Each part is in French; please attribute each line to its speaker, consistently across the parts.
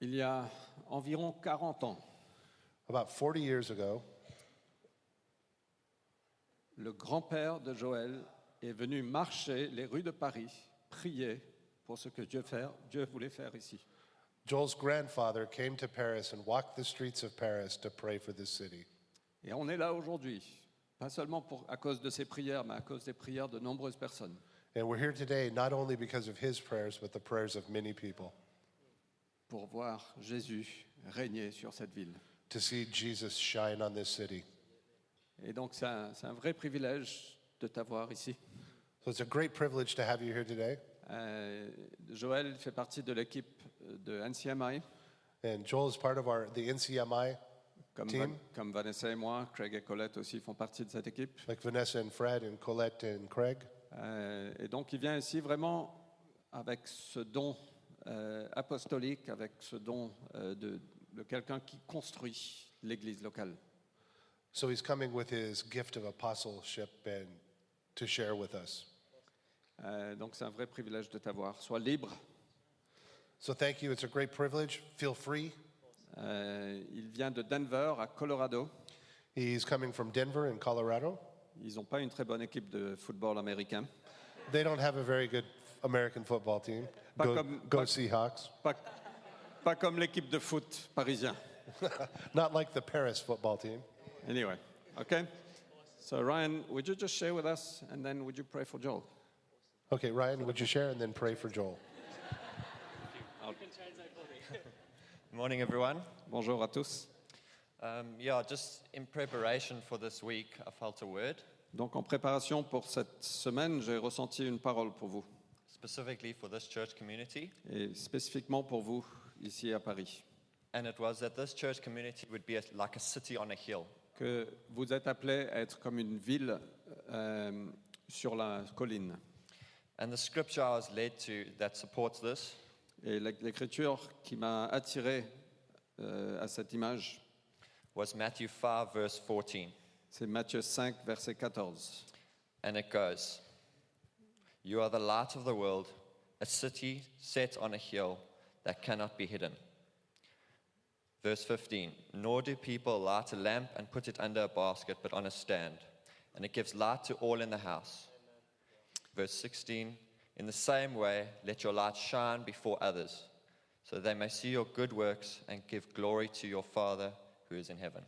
Speaker 1: Il y a environ 40 ans,
Speaker 2: About 40 years ago,
Speaker 1: le grand-père de Joël est venu marcher les rues de Paris, prier pour ce que Dieu, faire- Dieu voulait faire ici.
Speaker 2: Joel's grandfather came to Paris and walked the streets of Paris to pray for this city.
Speaker 1: Et on est là aujourd'hui, pas seulement pour- à cause de ses prières, mais à cause des prières de nombreuses personnes.
Speaker 2: And we're here today not only because of his prayers, but the prayers of many people
Speaker 1: pour voir Jésus régner sur cette ville.
Speaker 2: to see Jesus shine on this city.
Speaker 1: Et donc c'est un, c'est un vrai privilège de t'avoir ici.
Speaker 2: So it's a great privilege to have you here today.
Speaker 1: Euh, Joël fait partie de l'équipe de NCMI,
Speaker 2: And Joel is part of our the NCMI,
Speaker 1: comme,
Speaker 2: Team.
Speaker 1: Van- comme Vanessa et moi, Craig et Colette aussi font partie de cette équipe.
Speaker 2: like Vanessa and Fred and Colette and Craig.
Speaker 1: Euh, et donc il vient ici vraiment avec ce don euh, apostolique, avec ce don euh, de, de quelqu'un qui construit l'Église locale.
Speaker 2: So he's coming with his gift of apostleship and to share with us.
Speaker 1: Euh, donc c'est un vrai privilège de t'avoir. Sois libre.
Speaker 2: So thank you. It's a great privilege. Feel free.
Speaker 1: Euh, il vient de Denver à Colorado.
Speaker 2: He's coming from Denver in Colorado.
Speaker 1: Ils n'ont pas une très bonne équipe de football américain.
Speaker 2: They don't have a very good American football team.
Speaker 1: Pas
Speaker 2: Go,
Speaker 1: comme-
Speaker 2: go
Speaker 1: pas-
Speaker 2: Seahawks.
Speaker 1: Pas, pas comme l'équipe de foot parisien.
Speaker 2: Not like the Paris football team.
Speaker 1: Anyway, okay. So Ryan, would you just share with us and then would you pray for Joel?
Speaker 2: Okay, Ryan, would you share and then pray for Joel?
Speaker 3: Good morning, everyone.
Speaker 1: Bonjour à tous.
Speaker 3: Um, yeah, just in preparation for this week, I felt a word,
Speaker 1: Donc en préparation pour cette semaine, j'ai ressenti une parole pour vous
Speaker 3: specifically for this church community,
Speaker 1: et spécifiquement pour vous ici à Paris.
Speaker 3: and it was that this church community would be a, like a city on a hill.
Speaker 1: Que vous êtes appelés à être comme une ville euh, sur la colline.
Speaker 3: And the scripture I was led to that supports this
Speaker 1: Et l'é- l'écriture qui m'a attiré euh, à cette image,
Speaker 3: was Matthew 5, verse 14,
Speaker 1: C'est Matthieu 5, verset 14.
Speaker 3: and it goes You are the light of the world, a city set on a hill that cannot be hidden. Verse 15 Nor do people light a lamp and put it under a basket, but on a stand, and it gives light to all in the house. Verse 16 In the same way, let your light shine before others, so they may see your good works and give glory to your Father who is in heaven.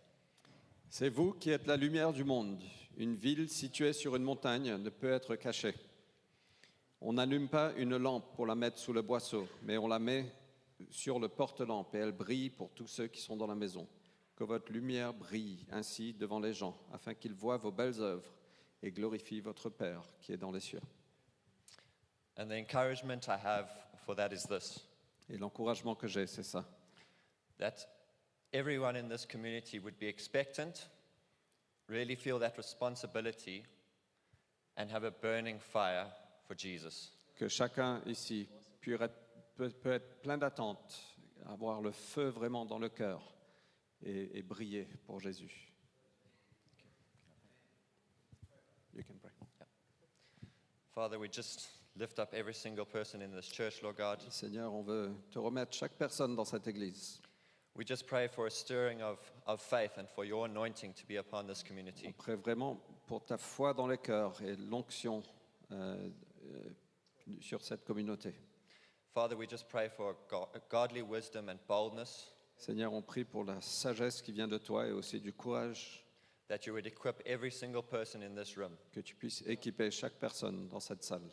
Speaker 1: C'est vous qui êtes la lumière du monde. Une ville située sur une montagne ne peut être cachée. On n'allume pas une lampe pour la mettre sous le boisseau, mais on la met sur le porte-lampe et elle brille pour tous ceux qui sont dans la maison. Que votre lumière brille ainsi devant les gens, afin qu'ils voient vos belles œuvres et glorifient votre Père qui est dans les cieux.
Speaker 3: And the encouragement I have for that is this.
Speaker 1: Et l'encouragement que j'ai, c'est ça.
Speaker 3: that everyone in this community would be expectant, really feel that responsibility, and have a burning fire for Jesus.
Speaker 1: que chacun ici peut être, peut- peut être plein d'attente, avoir le feu vraiment dans le cœur et, et briller pour Jésus. You can pray.
Speaker 3: Father, we just lift up every single person in this church, Lord God.
Speaker 1: Seigneur, on veut te remettre chaque personne dans cette église.
Speaker 3: We just pray for a stirring of, of faith and for your anointing to be upon this
Speaker 1: On
Speaker 3: community.
Speaker 1: prie vraiment pour ta foi dans les cœurs et l'onction euh, euh, sur cette communauté.
Speaker 3: Father, we just pray for go- godly wisdom and boldness,
Speaker 1: Seigneur, on prie pour la sagesse qui vient de toi et aussi du courage
Speaker 3: that you would equip every single person in this room
Speaker 1: que tu puisses équiper chaque personne dans cette salle,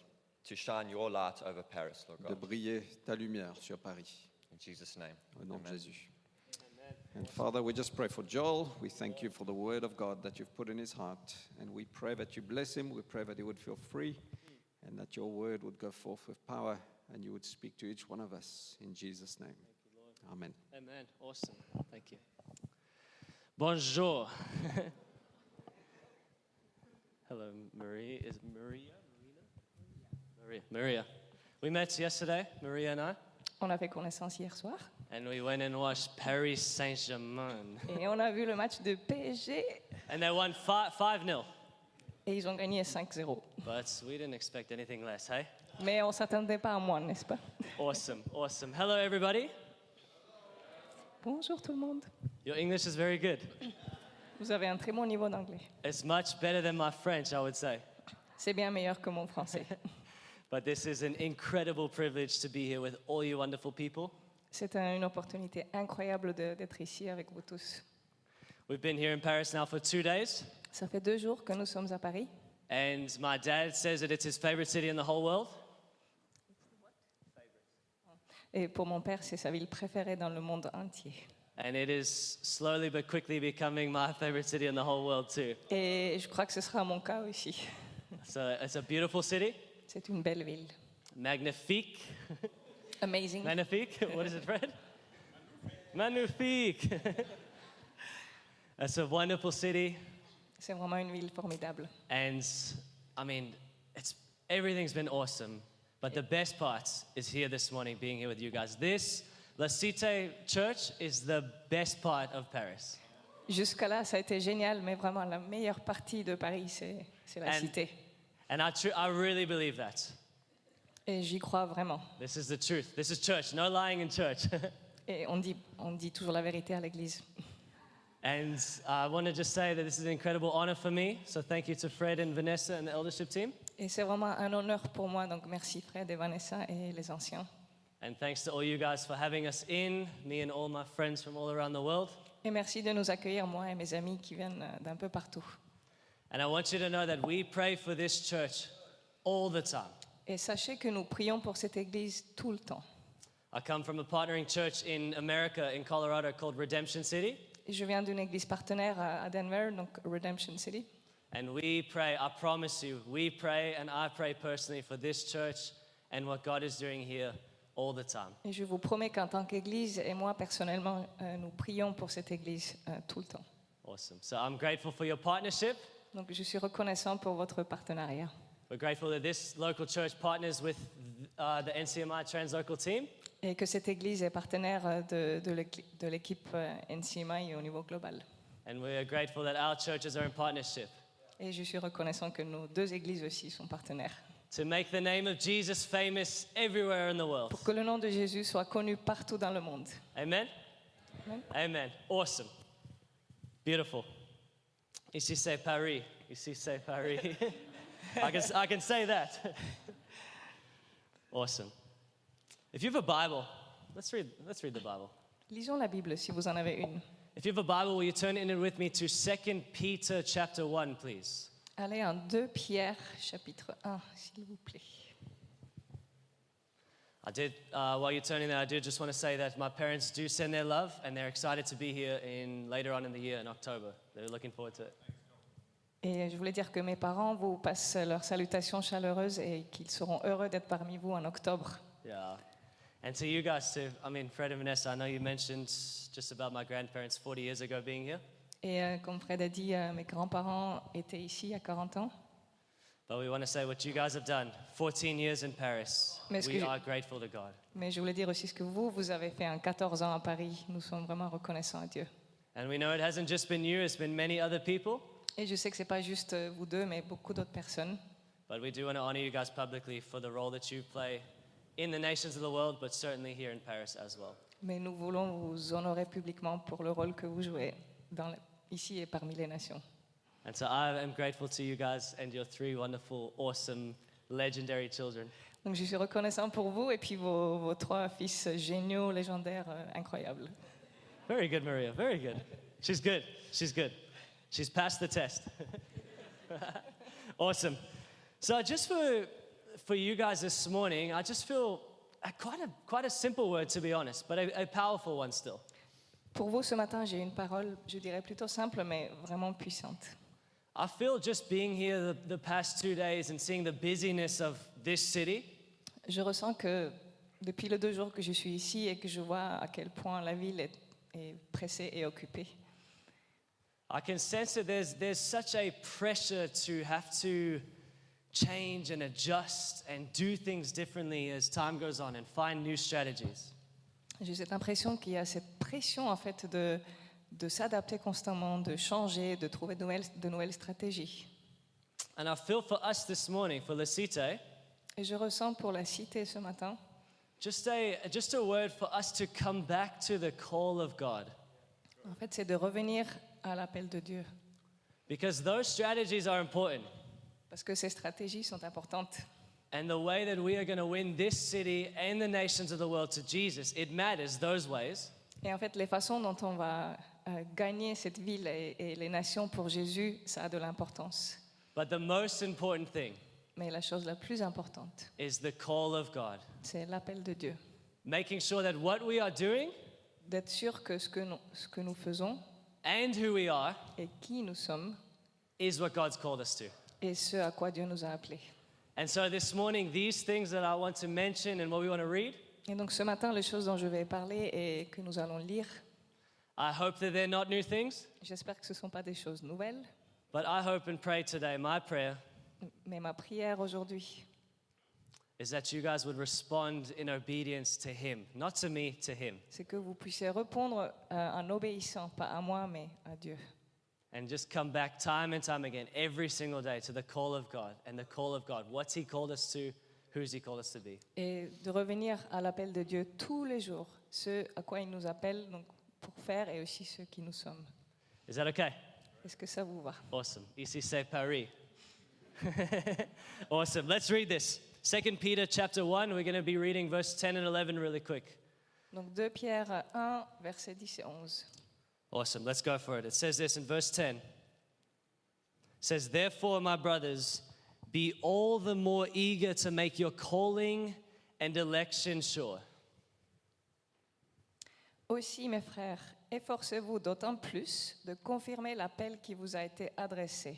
Speaker 3: to shine your light over Paris, Lord
Speaker 1: de
Speaker 3: God.
Speaker 1: briller ta lumière sur Paris.
Speaker 3: In Jesus' name.
Speaker 1: Au nom de
Speaker 3: Amen.
Speaker 1: Jésus. And Father, we just pray for Joel. We thank you for the word of God that you've put in his heart. And we pray that you bless him. We pray that he would feel free and that your word would go forth with power and you would speak to each one of us. In Jesus' name. Amen.
Speaker 4: Amen. Awesome. Thank you. Bonjour. Hello, Maria. Is Maria? Marina? Maria. Maria. We met yesterday, Maria and I,
Speaker 5: On a fait connaissance hier soir
Speaker 4: and we went and watched Paris Saint Germain.
Speaker 5: et on a vu le match de PSG
Speaker 4: And they won 5 0.
Speaker 5: et ils ont gagné 5-0.
Speaker 4: But we didn't expect anything less, hey?
Speaker 5: Mais on s'attendait pas à moi, n'est-ce pas
Speaker 4: Awesome, awesome. Hello, everybody.
Speaker 5: Bonjour tout le monde.
Speaker 4: Your English is very good.
Speaker 5: Vous avez un très bon niveau d'anglais.
Speaker 4: It's much better than my French, I would say.
Speaker 5: C'est bien meilleur que mon français.
Speaker 4: But this is an incredible privilege to be here with all you wonderful people.
Speaker 5: C'est un- une opportunité incroyable de- d'être ici avec vous tous.
Speaker 4: We've been here in Paris now for two days,
Speaker 5: Ça fait deux jours que nous sommes à Paris.
Speaker 4: and my dad says that it's his favorite city in the whole world.
Speaker 5: Et pour mon père, c'est sa ville préférée dans le monde entier.
Speaker 4: And it is slowly but quickly becoming my favorite city in the whole world, too.
Speaker 5: Et je crois que ce sera mon cas aussi.
Speaker 4: So it's a beautiful city.
Speaker 5: C'est une belle ville.
Speaker 4: Magnifique.
Speaker 5: Amazing.
Speaker 4: Magnifique. What is it, Fred? Magnifique. it's a wonderful city.
Speaker 5: C'est vraiment une ville formidable.
Speaker 4: And I mean, it's, everything's been awesome. But the best part is here this morning, being here with you guys. This, La Cité Church, is the best part of Paris.
Speaker 5: Jusqu'à là, ça a été génial, mais vraiment la meilleure partie de Paris, c'est c'est la
Speaker 4: And-
Speaker 5: cité.
Speaker 4: And I, tru- I really believe that.
Speaker 5: Et j'y crois vraiment.
Speaker 4: This is the truth. This is church. No lying in church.
Speaker 5: Et on dit, on dit toujours la vérité à l'église.
Speaker 4: and I want to just say that this is an incredible honor for me. So thank you to Fred and Vanessa and the eldership team.
Speaker 5: Et c'est vraiment un honneur pour moi, donc merci Fred et Vanessa et les anciens.
Speaker 4: And thanks to all you guys for having us in, me and all my friends from all around the world.
Speaker 5: Et merci de nous accueillir, moi et mes amis qui viennent euh, d'un peu partout.
Speaker 4: And I want you to know that we pray for this church all the time.
Speaker 5: Et sachez que nous prions pour cette église tout le temps.
Speaker 4: I come from a partnering church in America, in Colorado, called Redemption City.
Speaker 5: Et je viens d'une église partenaire à à Denver, donc Redemption City.
Speaker 4: And we pray, I promise you, we pray and I pray personally for this church and what God is doing here all the time.
Speaker 5: Et je vous promets qu'en tant qu'église, et moi personnellement, euh, nous prions pour cette église euh, tout le temps.
Speaker 4: Awesome. So I'm grateful for your partnership.
Speaker 5: Donc je suis reconnaissant pour votre partenariat.
Speaker 4: We're grateful that this local church partners with uh, the NCMI Translocal team.
Speaker 5: Et que cette église est partenaire euh, de, de l'équi- de l'équipe euh, NCMI au niveau global.
Speaker 4: And we are grateful that our churches are in partnership
Speaker 5: Et je suis reconnaissant que nos deux églises aussi sont partenaires.
Speaker 4: to make the name of Jesus famous everywhere in the world.
Speaker 5: Pour que le nom de Jésus soit connu partout dans le monde.
Speaker 4: Amen?
Speaker 5: Amen.
Speaker 4: Amen. Awesome. Beautiful. Ici c'est Paris. Ici c'est Paris. I, can, I can say that. awesome. If you have a Bible, let's read, let's read the Bible.
Speaker 5: Lisons la Bible si vous en avez une.
Speaker 4: If you have a Bible, will you turn in it with me to 2 Peter chapter 1, please?
Speaker 5: Allez en 2 Pierre chapitre 1, s'il vous plaît.
Speaker 4: I did, uh, while you're turning there, I do just want to say that my parents do send their love and they're excited to be here in, later on in the year in October. They're looking forward to it.
Speaker 5: Et je voulais dire que mes parents vous passent leurs salutations chaleureuses et qu'ils seront heureux d'être parmi vous en octobre.
Speaker 4: Yeah. And to you guys too. I mean, Fred and Vanessa, I know you mentioned just about my grandparents 40 years ago being here,
Speaker 5: Et euh, comme Fred a dit, euh, mes grands-parents étaient ici il y a 40 ans.
Speaker 4: but we want to say what you guys have done 14 years in Paris.
Speaker 5: Mais est-ce
Speaker 4: We
Speaker 5: que-
Speaker 4: are grateful to God.
Speaker 5: Mais je voulais dire aussi ce que vous, vous avez fait en 14 ans à Paris. Nous sommes vraiment reconnaissants à Dieu.
Speaker 4: And we know it hasn't just been you, it's been many other people,
Speaker 5: Et je sais que ce n'est pas juste euh, vous deux, mais beaucoup d'autres personnes.
Speaker 4: but we do want to honor you guys publicly for the role that you play in the nations of the world, but certainly here in Paris as well.
Speaker 5: Mais nous voulons vous honorer publiquement pour le rôle que vous jouez dans le- ici et parmi les nations.
Speaker 4: And so I am grateful to you guys and your three wonderful, awesome, legendary children.
Speaker 5: Donc je suis reconnaissant pour vous et puis vos, vos trois fils géniaux, légendaires, euh, incroyables.
Speaker 4: Very good, Maria. Very good. She's good. She's good. She's passed the test. awesome. So just for for you guys this morning, I just feel a, quite a quite a simple word to be honest, but a, a powerful one still.
Speaker 5: Pour vous ce matin, j'ai une parole, je dirais plutôt simple, mais vraiment puissante.
Speaker 4: I feel just being here the, the past two days and seeing the busyness of this city,
Speaker 5: Je ressens que depuis les deux jours que je suis ici et que je vois à quel point la ville est, est pressée et occupée,
Speaker 4: I can sense that there's there's such a pressure to have to change and adjust and do things differently as time goes on and find new strategies.
Speaker 5: j'ai cette impression qu'il y a cette pression en fait de, de s'adapter constamment, de changer, de trouver de nouvelles, de nouvelles stratégies.
Speaker 4: And I feel for us this morning, for Lasite,
Speaker 5: Et je ressens pour la cité ce matin
Speaker 4: Just a, just a word for us to come back to the call of God.
Speaker 5: En fait, c'est de revenir à l'appel de Dieu.
Speaker 4: Because those strategies are important.
Speaker 5: Parce que ces stratégies sont importantes.
Speaker 4: And the way that we are going to win this city and the nations of the world to Jesus, it matters those ways.
Speaker 5: Et en fait, les façons dont on va euh, gagner cette ville et, et les nations pour Jésus, ça a de l'importance.
Speaker 4: But the most important thing
Speaker 5: Mais la chose la plus importante,
Speaker 4: is the call of God.
Speaker 5: c'est l'appel de Dieu.
Speaker 4: Making sure that what we are doing
Speaker 5: D'être sûr que ce que, nous, ce que nous faisons
Speaker 4: and who we are
Speaker 5: et qui nous sommes
Speaker 4: is what God's called us to.
Speaker 5: et ce à quoi Dieu nous a appelés.
Speaker 4: And so this morning, these things that I want to mention and what we want to read,
Speaker 5: Et donc ce matin, les choses dont je vais parler et que nous allons lire,
Speaker 4: I hope that they're not new things,
Speaker 5: j'espère que ce ne sont pas des choses nouvelles,
Speaker 4: but I hope and pray today, my prayer
Speaker 5: mais ma prière aujourd'hui,
Speaker 4: is that you guys would respond in obedience to Him, not to me, to Him.
Speaker 5: c'est que vous puissiez répondre euh, en obéissant, pas à moi, mais à Dieu.
Speaker 4: And just come back time and time again, every single day, to the call of God and the call of God. What's He called us to? Who's He called us to be?
Speaker 5: Et de revenir à l'appel de Dieu tous les jours, ce à quoi il nous appelle donc, pour faire et aussi ce qui nous sommes.
Speaker 4: Is that okay?
Speaker 5: Est-ce que ça vous va
Speaker 4: Awesome. Ici c'est Paris. awesome. Let's read this. 2 Peter chapter 1, we're going to be reading verse 10 and 11 really quick.
Speaker 5: Donc 2 Pierre 1, versets 10 et 11.
Speaker 4: Awesome. Let's go for it. It says this in verse 10. It says, Therefore, my brothers, be all the more eager to make your calling and election sure.
Speaker 5: Aussi, mes frères, efforcez-vous d'autant plus de confirmer l'appel qui vous a été adressé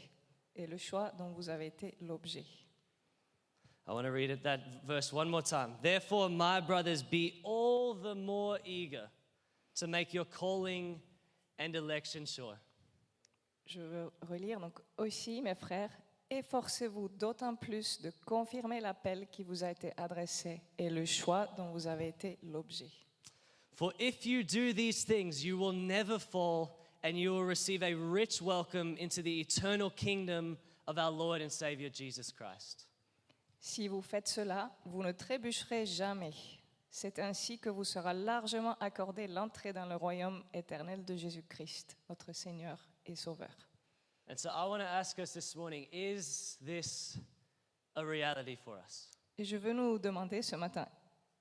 Speaker 5: et le choix dont vous avez été l'objet.
Speaker 4: I want to read it that verse one more time. Therefore, my brothers, be all the more eager to make your calling and election sure.
Speaker 5: Je veux relire donc aussi, mes frères, efforcez-vous d'autant plus de confirmer l'appel qui vous a été adressé et le choix dont vous avez été l'objet.
Speaker 4: For if you do these things, you will never fall, and you will receive a rich welcome into the eternal kingdom of our Lord and Savior Jesus Christ.
Speaker 5: Si vous faites cela, vous ne trébucherez jamais. C'est ainsi que vous sera largement accordé l'entrée dans le royaume éternel de Jésus-Christ, notre Seigneur et Sauveur.
Speaker 4: And so I want to ask us this morning is this a reality for us?
Speaker 5: Et je veux nous demander ce matin,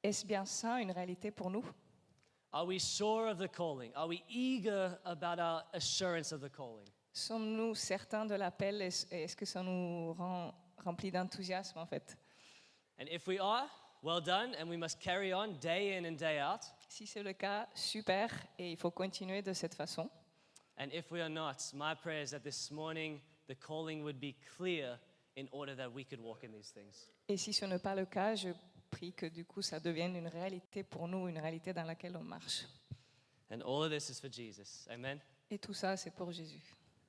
Speaker 5: est-ce bien ça une réalité pour nous
Speaker 4: Are we sure of the calling? Are we eager about our assurance of the calling?
Speaker 5: Sommes-nous certains de l'appel et Est-ce et est-ce que ça nous rend remplis d'enthousiasme en fait
Speaker 4: And if we are, well done, and we must carry on day in and day out.
Speaker 5: Si c'est le cas, super, et il faut continuer de cette façon.
Speaker 4: And if we are not, my prayer is that this morning the calling would be clear in order that we could walk in these things.
Speaker 5: Et si ce n'est pas le cas, je prie que du coup ça devienne une réalité pour nous, une réalité dans laquelle on marche.
Speaker 4: And all of this is for Jesus. Amen.
Speaker 5: Et tout ça, c'est pour Jésus.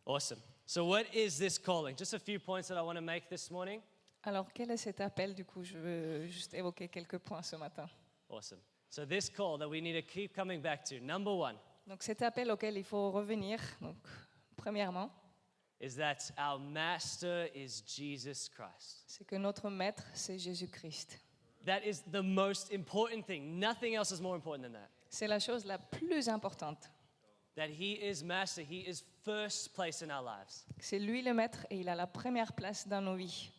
Speaker 4: Awesome. So, what is this calling? Just a few points that I want to make this morning.
Speaker 5: Alors quel est cet appel du coup Je veux juste évoquer quelques points ce matin.
Speaker 4: Awesome. So, this call that we need to keep coming back to, number one,
Speaker 5: Donc cet appel auquel il faut revenir, donc premièrement,
Speaker 4: is that our master is Jesus Christ.
Speaker 5: c'est que notre maître, c'est Jésus-Christ.
Speaker 4: That is the most important thing. Nothing else is more important than that.
Speaker 5: C'est la chose la plus importante.
Speaker 4: That he is master, he is first place in our lives.
Speaker 5: C'est lui le maître et il a la première place dans nos vies.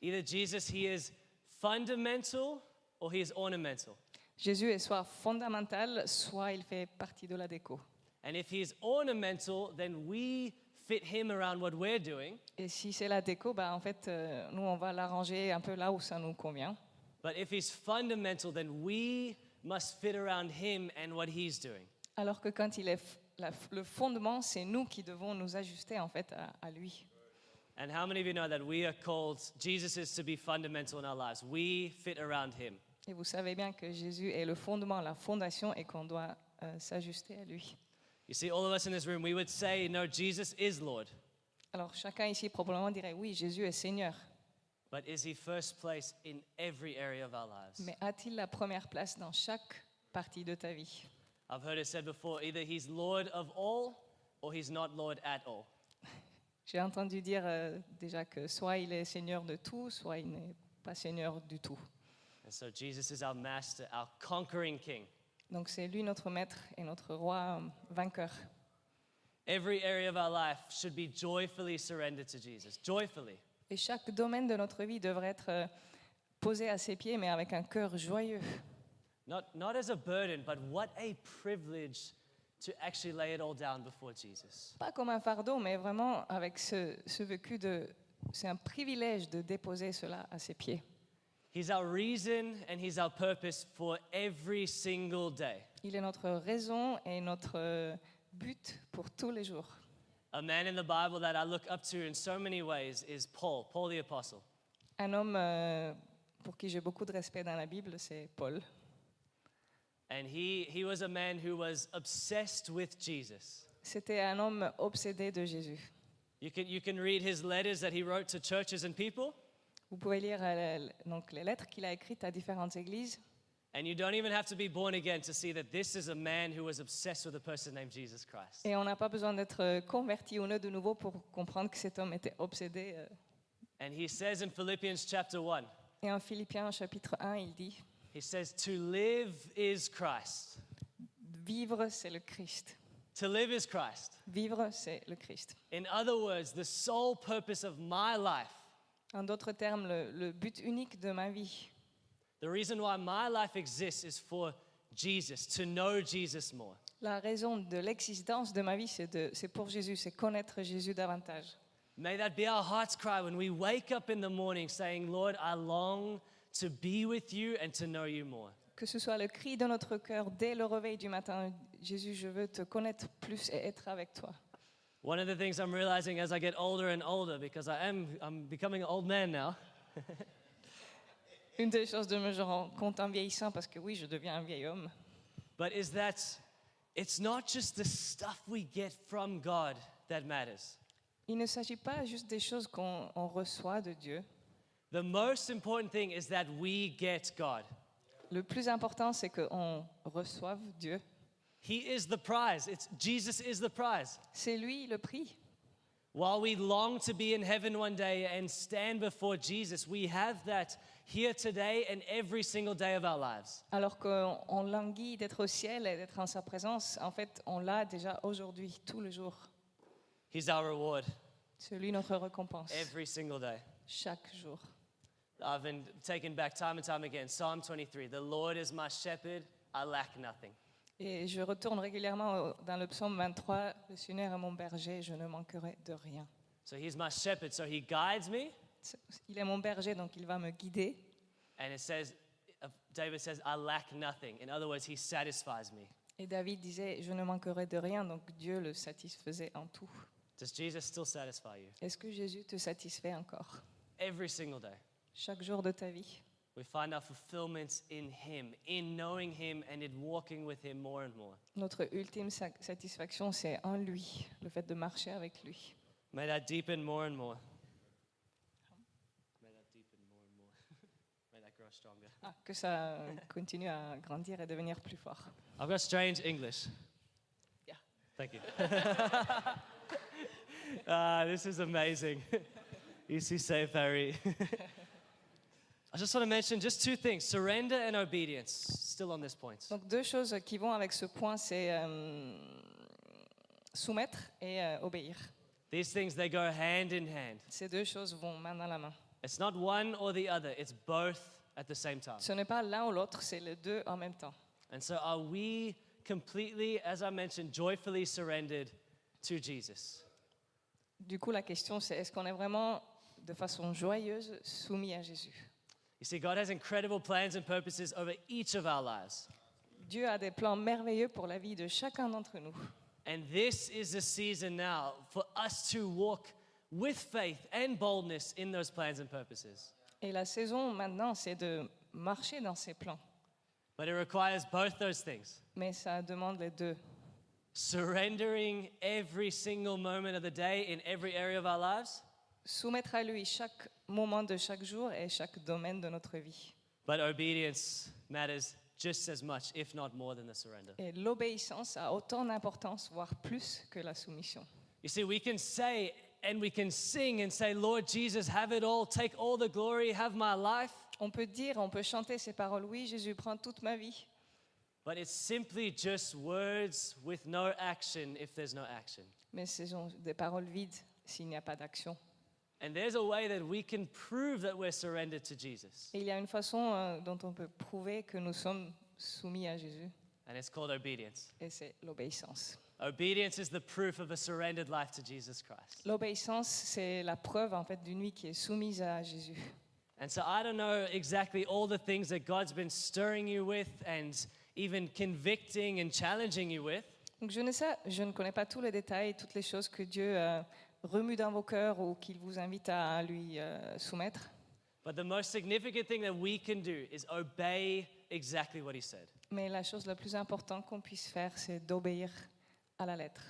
Speaker 4: Either Jesus, he is fundamental or he is ornamental.
Speaker 5: Jésus est soit fondamental, soit il fait partie de la déco.
Speaker 4: And if he is ornamental, then we fit him around what we're doing.
Speaker 5: Et si c'est la déco, bah en fait, euh, nous, on va l'arranger un peu là où ça nous convient.
Speaker 4: But if he's fundamental, then we must fit around him and what he's doing.
Speaker 5: Alors que quand il est f- la f- le fondement, c'est nous qui devons nous ajuster en fait à, à lui.
Speaker 4: And how many of you know that we are called, Jesus is to be fundamental in our lives? We fit around him.
Speaker 5: Et vous savez bien que Jésus est le fondement, la fondation, et qu'on doit euh, s'ajuster à lui.
Speaker 4: You see, all of us in this room, we would say, no, Jesus is Lord.
Speaker 5: Alors chacun ici probablement dirait oui, Jésus est Seigneur,
Speaker 4: But is he first place in every area of our lives?
Speaker 5: mais a-t-il la première place dans chaque partie de ta vie
Speaker 4: I've heard it said before either he's Lord of all or he's not Lord at all.
Speaker 5: J'ai entendu dire euh, déjà que soit il est Seigneur de tout, soit il n'est pas Seigneur du tout.
Speaker 4: And And so Jesus is our master, our conquering king.
Speaker 5: Donc c'est lui notre maître et notre roi euh, vainqueur.
Speaker 4: Every area of our life should be joyfully surrendered to Jesus. Joyfully.
Speaker 5: Et chaque domaine de notre vie devrait être euh, posé à ses pieds, mais avec un cœur joyeux.
Speaker 4: Not, not as a burden, but what a privilege to actually lay it all down before Jesus.
Speaker 5: Pas comme un fardeau, mais vraiment avec ce, ce vécu de... C'est un privilège de déposer cela à ses pieds.
Speaker 4: He's our reason and He's our purpose for every single day.
Speaker 5: Il est notre raison et notre euh, but pour tous les jours.
Speaker 4: A man in the Bible that I look up to in so many ways is Paul, Paul the Apostle.
Speaker 5: Un homme euh, pour qui j'ai beaucoup de respect dans la Bible, c'est Paul.
Speaker 4: And he, he was a man who was obsessed with Jesus.
Speaker 5: C'était un homme obsédé de Jésus.
Speaker 4: You can, you can read his letters that he wrote to churches and people,
Speaker 5: Vous pouvez lire euh, donc, les lettres qu'il a écrites à différentes églises.
Speaker 4: and you don't even have to be born again to see that this is a man who was obsessed with a person named Jesus Christ.
Speaker 5: Et on n'a pas besoin d'être euh, converti ou non de nouveau pour comprendre que cet homme était obsédé. euh.
Speaker 4: And he says in Philippians chapter 1,
Speaker 5: Et en Philippiens chapitre 1, il dit,
Speaker 4: he says, To live is Christ.
Speaker 5: Vivre, c'est le Christ.
Speaker 4: To live is Christ.
Speaker 5: Vivre, c'est le Christ.
Speaker 4: In other words, the sole purpose of my life,
Speaker 5: En d'autres termes, le, le but unique de ma vie,
Speaker 4: the reason why my life exists is for Jesus, to know Jesus more.
Speaker 5: la raison de l'existence de ma vie, c'est de- c'est pour Jésus, c'est connaître Jésus davantage.
Speaker 4: May that be our heart's cry when we wake up in the morning saying, Lord, I long to be with you and to know you more.
Speaker 5: Que ce soit le cri de notre cœur dès le réveil du matin, Jésus, je veux te connaître plus et être avec toi.
Speaker 4: One of the things I'm realizing as I get older and older, because I am I'm becoming an old man now,
Speaker 5: Une des choses de me je rends compte en vieillissant, parce que oui, je deviens un vieil homme,
Speaker 4: but is that it's not just the stuff we get from God that matters.
Speaker 5: il ne s'agit pas juste des choses qu'on on reçoit de Dieu.
Speaker 4: The most important thing is that we get God.
Speaker 5: Le plus important, c'est qu'on reçoive Dieu.
Speaker 4: He is the prize. It's Jesus is the prize.
Speaker 5: C'est lui le prix.
Speaker 4: While we long to be in heaven one day and stand before Jesus, we have that here today and every single day of our lives.
Speaker 5: Alors qu'on on languit d'être au ciel et d'être en sa présence, en fait, on l'a déjà aujourd'hui, tout le jour.
Speaker 4: He's our reward
Speaker 5: C'est lui notre récompense,
Speaker 4: every single day.
Speaker 5: chaque jour.
Speaker 4: I've been taken back time and time again. Psalm 23 The Lord is my shepherd, I lack nothing.
Speaker 5: Et je retourne régulièrement au- dans le psaume 23, Le Seigneur est mon berger, je ne manquerai de rien.
Speaker 4: So he's my shepherd, so he guides me.
Speaker 5: C'est- Il est mon berger, donc il va me guider.
Speaker 4: And it says, uh, David says, I lack nothing. In other words, he satisfies me.
Speaker 5: Et David disait, je ne manquerai de rien, donc Dieu le satisfaisait en tout.
Speaker 4: Does Jesus still satisfy you?
Speaker 5: Est-ce que Jésus te satisfait encore
Speaker 4: Every single day.
Speaker 5: chaque jour de ta vie
Speaker 4: We find our fulfillment in Him, in knowing Him and in walking with Him more and more.
Speaker 5: Notre ultime sa- satisfaction, c'est en lui, le fait de marcher avec lui.
Speaker 4: May that deepen more and more. May that deepen more and more. May that grow stronger.
Speaker 5: Ah, que ça euh, continue à grandir et devenir plus fort.
Speaker 4: I've got strange English.
Speaker 5: Yeah.
Speaker 4: Thank you. ah, this is amazing. Easy say, Barry. I just want to mention just two things surrender and obedience, still on this point.
Speaker 5: Donc deux choses qui vont avec ce point, c'est euh, soumettre et euh, obéir.
Speaker 4: These things, they go hand in hand.
Speaker 5: Ces deux choses vont main dans la main.
Speaker 4: It's not one or the other, it's both at the same time.
Speaker 5: Ce n'est pas l'un ou l'autre, c'est les deux en même temps.
Speaker 4: And so, are we completely, as I mentioned, joyfully surrendered to Jesus?
Speaker 5: Du coup, la question, c'est est-ce qu'on est vraiment de façon joyeuse soumis à Jésus
Speaker 4: You see, God has incredible plans and purposes over each of our lives.
Speaker 5: Dieu a des plans merveilleux pour la vie de chacun d'entre nous.
Speaker 4: And this is the season now for us to walk with faith and boldness in those plans and purposes.
Speaker 5: Et la saison maintenant, c'est de marcher dans ses plans.
Speaker 4: But it requires both those things
Speaker 5: Mais ça demande les deux.
Speaker 4: surrendering every single moment of the day in every area of our lives,
Speaker 5: Soumettre à lui chaque moment de chaque jour et chaque domaine de notre vie.
Speaker 4: but obedience matters just as much, if not more, than the surrender.
Speaker 5: Et l'obéissance a autant d'importance, voire plus, que la soumission.
Speaker 4: You see, we can say and we can sing and say, Lord Jesus, have it all, take all the glory, have my life.
Speaker 5: on peut dire, on peut chanter ces paroles. Oui, Jésus prend toute ma vie.
Speaker 4: But it's simply just words with no action if there's no action.
Speaker 5: Mais ce sont des paroles vides s'il n'y a pas d'action.
Speaker 4: And there's a way that we can prove that we're surrendered to Jesus,
Speaker 5: Et il y a une façon euh, dont on peut prouver que nous sommes soumis à Jésus,
Speaker 4: and it's called obedience.
Speaker 5: et c'est l'obéissance.
Speaker 4: Obedience is the proof of a surrendered life to Jesus Christ.
Speaker 5: L'obéissance, c'est la preuve en fait d'une vie qui est soumise à Jésus.
Speaker 4: And so I don't know exactly all the things that God's been stirring you with and even convicting and challenging you with,
Speaker 5: Donc je ne sais, je ne connais pas tous les détails, toutes les choses que Dieu euh, remue dans vos cœurs ou qu'il vous invite à lui euh, soumettre.
Speaker 4: but the most significant thing that we can do is obey exactly what He said.
Speaker 5: Mais la chose la plus importante qu'on puisse faire, c'est d'obéir à la lettre.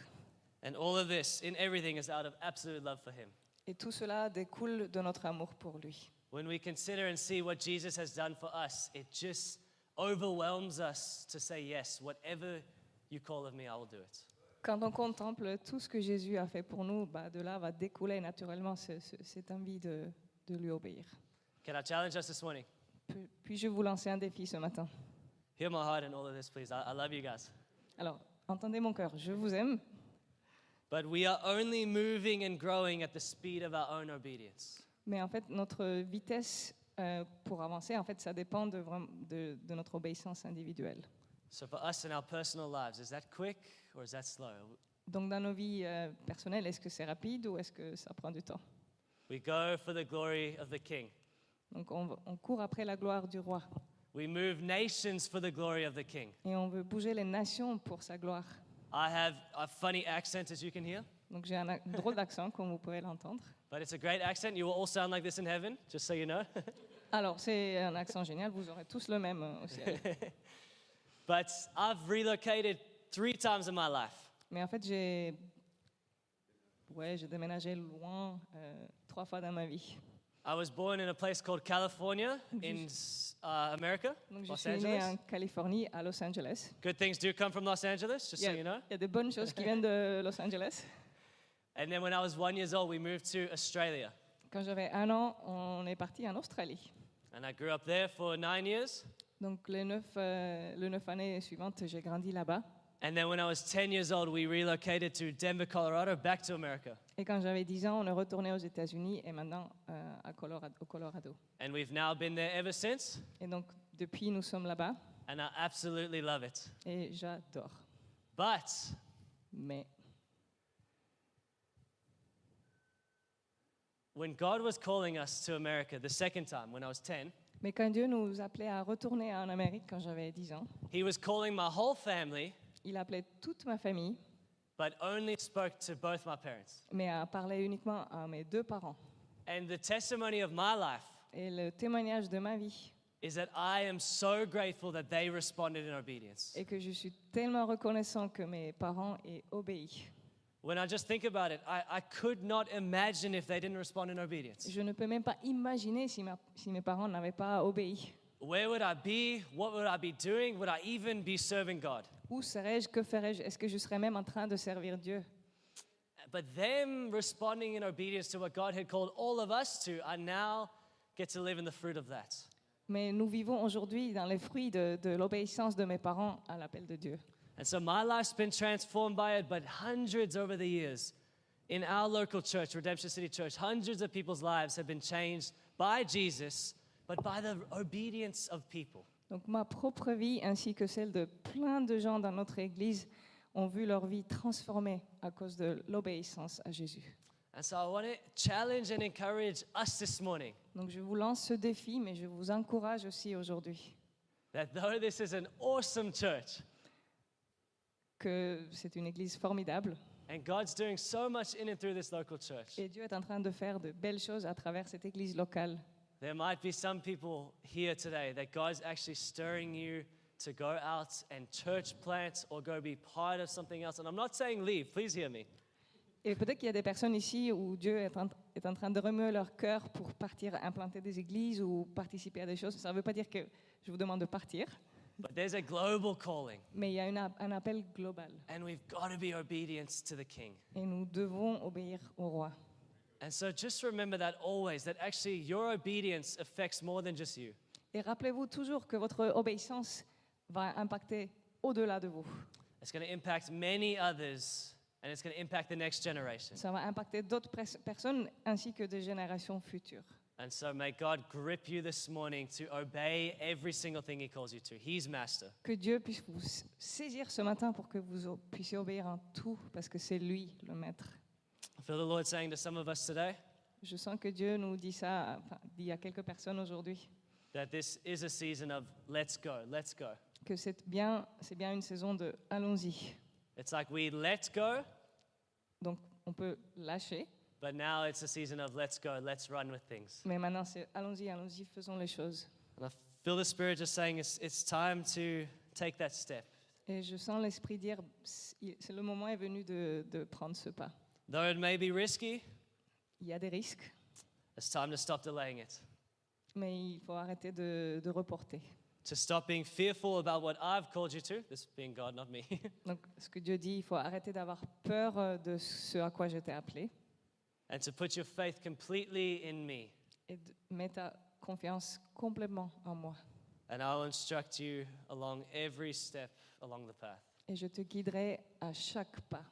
Speaker 4: And all of this in everything is out of absolute love for Him.
Speaker 5: Et tout cela découle de notre amour pour lui.
Speaker 4: When we consider and see what Jesus has done for us, it just overwhelms us to say, Yes, whatever you call of me, I will do it.
Speaker 5: Quand on contemple tout ce que Jésus a fait pour nous, bah, de là va découler naturellement ce- ce- cette envie de, de lui obéir.
Speaker 4: Can I challenge us this morning?
Speaker 5: Puis- Puis-je vous lancer un défi ce matin
Speaker 4: Hear my heart in all of this, please. I, I love you guys.
Speaker 5: Alors, entendez mon cœur, je vous aime,
Speaker 4: But we are only moving and growing at the speed of our own obedience.
Speaker 5: mais en fait, notre vitesse euh, pour avancer, en fait, ça dépend de, vraim- de- de notre obéissance individuelle.
Speaker 4: So for us in our personal lives, is that quick or is that slow?
Speaker 5: Donc, dans nos vies euh, personnelles, est-ce que c'est rapide ou est-ce que ça prend du temps
Speaker 4: We go for the glory of the King.
Speaker 5: Donc, on va- on court après la gloire du roi
Speaker 4: We move nations for the glory of the King.
Speaker 5: et on veut bouger les nations pour sa gloire.
Speaker 4: I have a funny accent, as you can hear,
Speaker 5: Donc, j'ai un a- drôle d'accent, comme vous pouvez l'entendre.
Speaker 4: but it's a great accent. You will all sound like this in heaven, just so you know.
Speaker 5: Alors, c'est un accent génial, vous aurez tous le même euh, au ciel.
Speaker 4: but I've relocated three times in my life.
Speaker 5: Mais en fait, j'ai. Ouais, j'ai déménagé loin euh, trois fois dans ma vie.
Speaker 4: I was born in a place called California in uh, America,
Speaker 5: Donc, je
Speaker 4: Los
Speaker 5: suis née
Speaker 4: Angeles.
Speaker 5: en Californie, à Los Angeles.
Speaker 4: Good things do come from Los Angeles, just
Speaker 5: Il y, a,
Speaker 4: so you know.
Speaker 5: il y a des bonnes choses qui viennent de Los Angeles.
Speaker 4: And then when I was one years old, we moved to Australia.
Speaker 5: Quand j'avais un an, on est parti en Australie.
Speaker 4: And I grew up there for nine years.
Speaker 5: Donc, les neuf, euh, les neuf années suivantes, j'ai grandi là-bas.
Speaker 4: And then when I was 10 years old, we relocated to Denver, Colorado, back to America.
Speaker 5: Et quand j'avais 10 ans, on est retourné aux États-Unis et maintenant euh, à Colorado, au Colorado.
Speaker 4: And we've now been there ever since.
Speaker 5: Et donc, depuis, nous sommes là-bas
Speaker 4: And I absolutely love it.
Speaker 5: et j'adore.
Speaker 4: But
Speaker 5: Mais
Speaker 4: when God was calling us to America the second time, when I was 10,
Speaker 5: Mais quand Dieu nous appelait à retourner en Amérique quand j'avais 10 ans,
Speaker 4: He was calling my whole family,
Speaker 5: il appelait toute ma famille,
Speaker 4: but only spoke to both my parents.
Speaker 5: mais a parlé uniquement à mes deux parents.
Speaker 4: And the testimony of my life
Speaker 5: Et le témoignage de ma vie
Speaker 4: is that I am so grateful that they responded in obedience.
Speaker 5: est que je suis tellement reconnaissant que mes parents aient obéi.
Speaker 4: When I just think about it, I, I could not imagine if they didn't respond in obedience.
Speaker 5: Je ne peux même pas imaginer si, ma- si mes parents n'avaient pas obéi.
Speaker 4: Where would I be? What would I be doing? Would I even be serving God?
Speaker 5: Où serais-je Que ferais-je Est-ce que je serais même en train de servir Dieu
Speaker 4: But them responding in obedience to what God had called all of us to, I now get to live in the fruit of that.
Speaker 5: Mais nous vivons aujourd'hui dans les fruits de, de l'obéissance de mes parents à l'appel de Dieu.
Speaker 4: And so my life's been transformed by it, but hundreds over the years in our local church, Redemption City Church, hundreds of people's lives have been changed by Jesus, but by the obedience of people.
Speaker 5: Donc ma propre vie ainsi que celle de plein de gens dans notre Église ont vu leur vie transformée à cause de l'obéissance à Jésus.
Speaker 4: And so I want to challenge and encourage us this morning
Speaker 5: Donc je vous lance ce défi, mais je vous encourage aussi aujourd'hui
Speaker 4: that though this is an awesome church,
Speaker 5: que c'est une Église formidable
Speaker 4: And God's doing so much in and through this local church.
Speaker 5: et Dieu est en train de faire de belles choses à travers cette Église locale.
Speaker 4: There might be some people here today that God's actually stirring you to go out and church plant or go be part of something else. And I'm not saying leave, please hear me.
Speaker 5: Et peut-être qu'il y a des personnes ici où Dieu est en, est en train de remuer leur cœur pour partir implanter des églises ou participer à des choses. Ça ne veut pas dire que je vous demande de partir,
Speaker 4: But there's a global calling,
Speaker 5: mais il y a une a- un appel global
Speaker 4: and we've got to be obedient to the King.
Speaker 5: et nous devons obéir au roi.
Speaker 4: And so just remember that always, that actually your obedience affects more than just you.
Speaker 5: Et rappelez-vous toujours que votre obéissance va impacter au-delà de vous.
Speaker 4: It's going to impact many others, and it's going to impact the next generation.
Speaker 5: Ça va impacter d'autres pres- personnes ainsi que des générations futures.
Speaker 4: And so may God grip you this morning to obey every single thing He calls you to. He's master.
Speaker 5: Que Dieu puisse vous s- saisir ce matin pour que vous o- puissiez obéir en tout, parce que c'est lui le maître.
Speaker 4: I feel the Lord saying to some of us today
Speaker 5: Je sens que Dieu nous dit ça, enfin, dit à quelques personnes aujourd'hui,
Speaker 4: that this is a season of let's go, let's go.
Speaker 5: que c'est bien, c'est bien une saison de allons-y.
Speaker 4: It's like we let go,
Speaker 5: Donc on peut lâcher,
Speaker 4: but now it's a season of let's go, let's run with things.
Speaker 5: mais maintenant c'est allons-y, allons-y, faisons les choses.
Speaker 4: And I feel the Spirit just saying it's, it's time to take that step.
Speaker 5: Et je sens l'esprit dire, c'est c'est le moment est venu de, de prendre ce pas.
Speaker 4: Though it may be risky,
Speaker 5: Il y a des risques,
Speaker 4: it's time to stop delaying it,
Speaker 5: mais il faut arrêter de, de reporter.
Speaker 4: to stop being fearful about what I've called you to, this being God, not me,
Speaker 5: Donc ce que Dieu dit, il faut arrêter d'avoir peur euh, de ce à quoi je t'ai appelé
Speaker 4: and to put your faith completely in me.
Speaker 5: et de mettre ta confiance complètement en moi.
Speaker 4: And I'll instruct you along every step along the path.
Speaker 5: Et je te guiderai à chaque pas.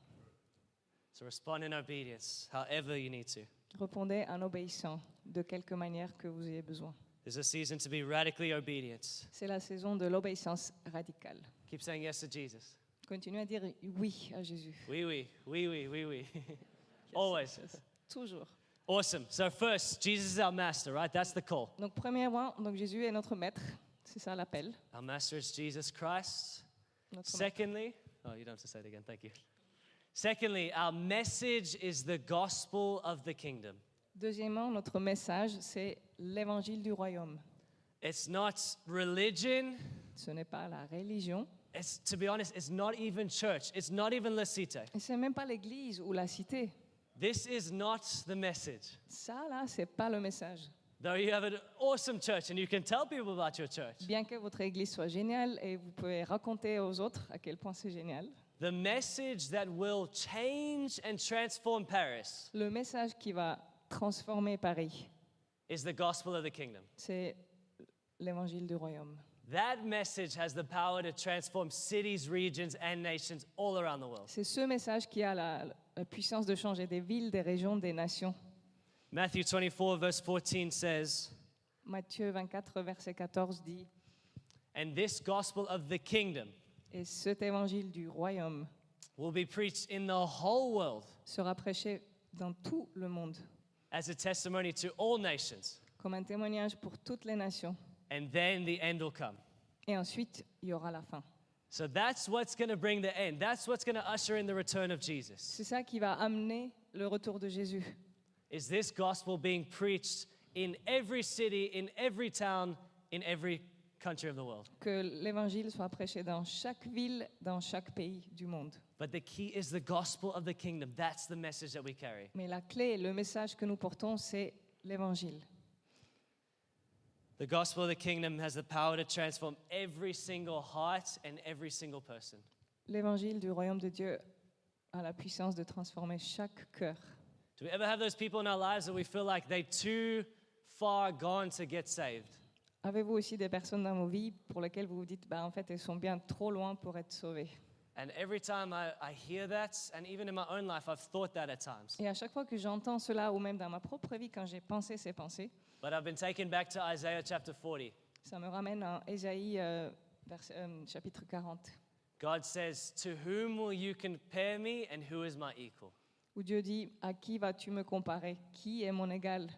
Speaker 4: So respond in obedience, however you need to.
Speaker 5: Répondez en obéissant de quelque manière que vous ayez besoin.
Speaker 4: There's a season to be radically obedient.
Speaker 5: C'est la saison de l'obéissance radicale.
Speaker 4: Keep saying yes to Jesus.
Speaker 5: Continuez à dire oui à Jésus.
Speaker 4: Oui, oui, oui, oui, oui, oui. Always.
Speaker 5: Toujours.
Speaker 4: Awesome. So, first, Jesus is our master, right? That's the call.
Speaker 5: Donc premièrement, donc Jésus est notre maître. C'est ça l'appel.
Speaker 4: Our master is Jesus Christ.
Speaker 5: Notre maître.
Speaker 4: Secondly, oh, you don't have to say it again. Thank you. Secondly, our message is the gospel of the kingdom.
Speaker 5: Deuxièmement, notre message, c'est l'évangile du royaume.
Speaker 4: It's not religion.
Speaker 5: Ce n'est pas la religion.
Speaker 4: It's, to be honest, it's not even church. It's not even Lecite.
Speaker 5: Et c'est même pas l'église ou la cité.
Speaker 4: This is not the message.
Speaker 5: Ça, là, c'est pas le message.
Speaker 4: Though you have an awesome church and you can tell people about your church,
Speaker 5: Bien que votre église soit géniale et vous pouvez raconter aux autres à quel point c'est génial,
Speaker 4: the message that will change and transform Paris
Speaker 5: le message qui va transformer Paris,
Speaker 4: is the gospel of the kingdom.
Speaker 5: c'est l'évangile du royaume.
Speaker 4: That message has the power to transform cities, regions, and nations all around the world.
Speaker 5: C'est ce message qui a la, la puissance de changer des villes, des régions, des nations.
Speaker 4: Matthew 24, verse 14 says,
Speaker 5: Matthieu 24, verset 14 dit,
Speaker 4: And this gospel of the kingdom
Speaker 5: Et cet évangile du royaume
Speaker 4: will be preached in the whole world
Speaker 5: sera prêché dans tout le monde,
Speaker 4: as a testimony to all nations,
Speaker 5: comme un témoignage pour toutes les nations.
Speaker 4: and then the end will come.
Speaker 5: Et ensuite, il y aura la fin.
Speaker 4: So that's what's going to bring the end. That's what's going to usher in the return of Jesus.
Speaker 5: C'est ça qui va amener le retour de Jésus.
Speaker 4: Is this gospel being preached in every city, in every town, in every country of the world?
Speaker 5: Que l'évangile soit prêché dans chaque ville, dans chaque pays du monde.
Speaker 4: But the key is the gospel of the kingdom. That's the message that we carry.
Speaker 5: Mais la clé, le message que nous portons, c'est l'évangile.
Speaker 4: The gospel of the kingdom has the power to transform every single heart and every single person.
Speaker 5: L'évangile du royaume de Dieu a la puissance de transformer chaque cœur.
Speaker 4: Do we ever have those people in our lives that we feel like they too far gone to get saved?
Speaker 5: Avez-vous aussi des personnes dans vos vies pour lesquelles vous vous dites, bah, en fait, elles sont bien trop loin pour être sauvées
Speaker 4: And every time I, I hear that, and even in my own life, I've thought that at times.
Speaker 5: Et à chaque fois que j'entends cela, ou même dans ma propre vie, quand j'ai pensé ces pensées,
Speaker 4: But I've been taken back to Isaiah chapter 40.
Speaker 5: ça me ramène à Ésaïe euh, verset- euh, chapitre 40,
Speaker 4: God says, To whom will you compare me, and who is my equal?
Speaker 5: où Dieu dit, à qui vas-tu me comparer Qui est mon égal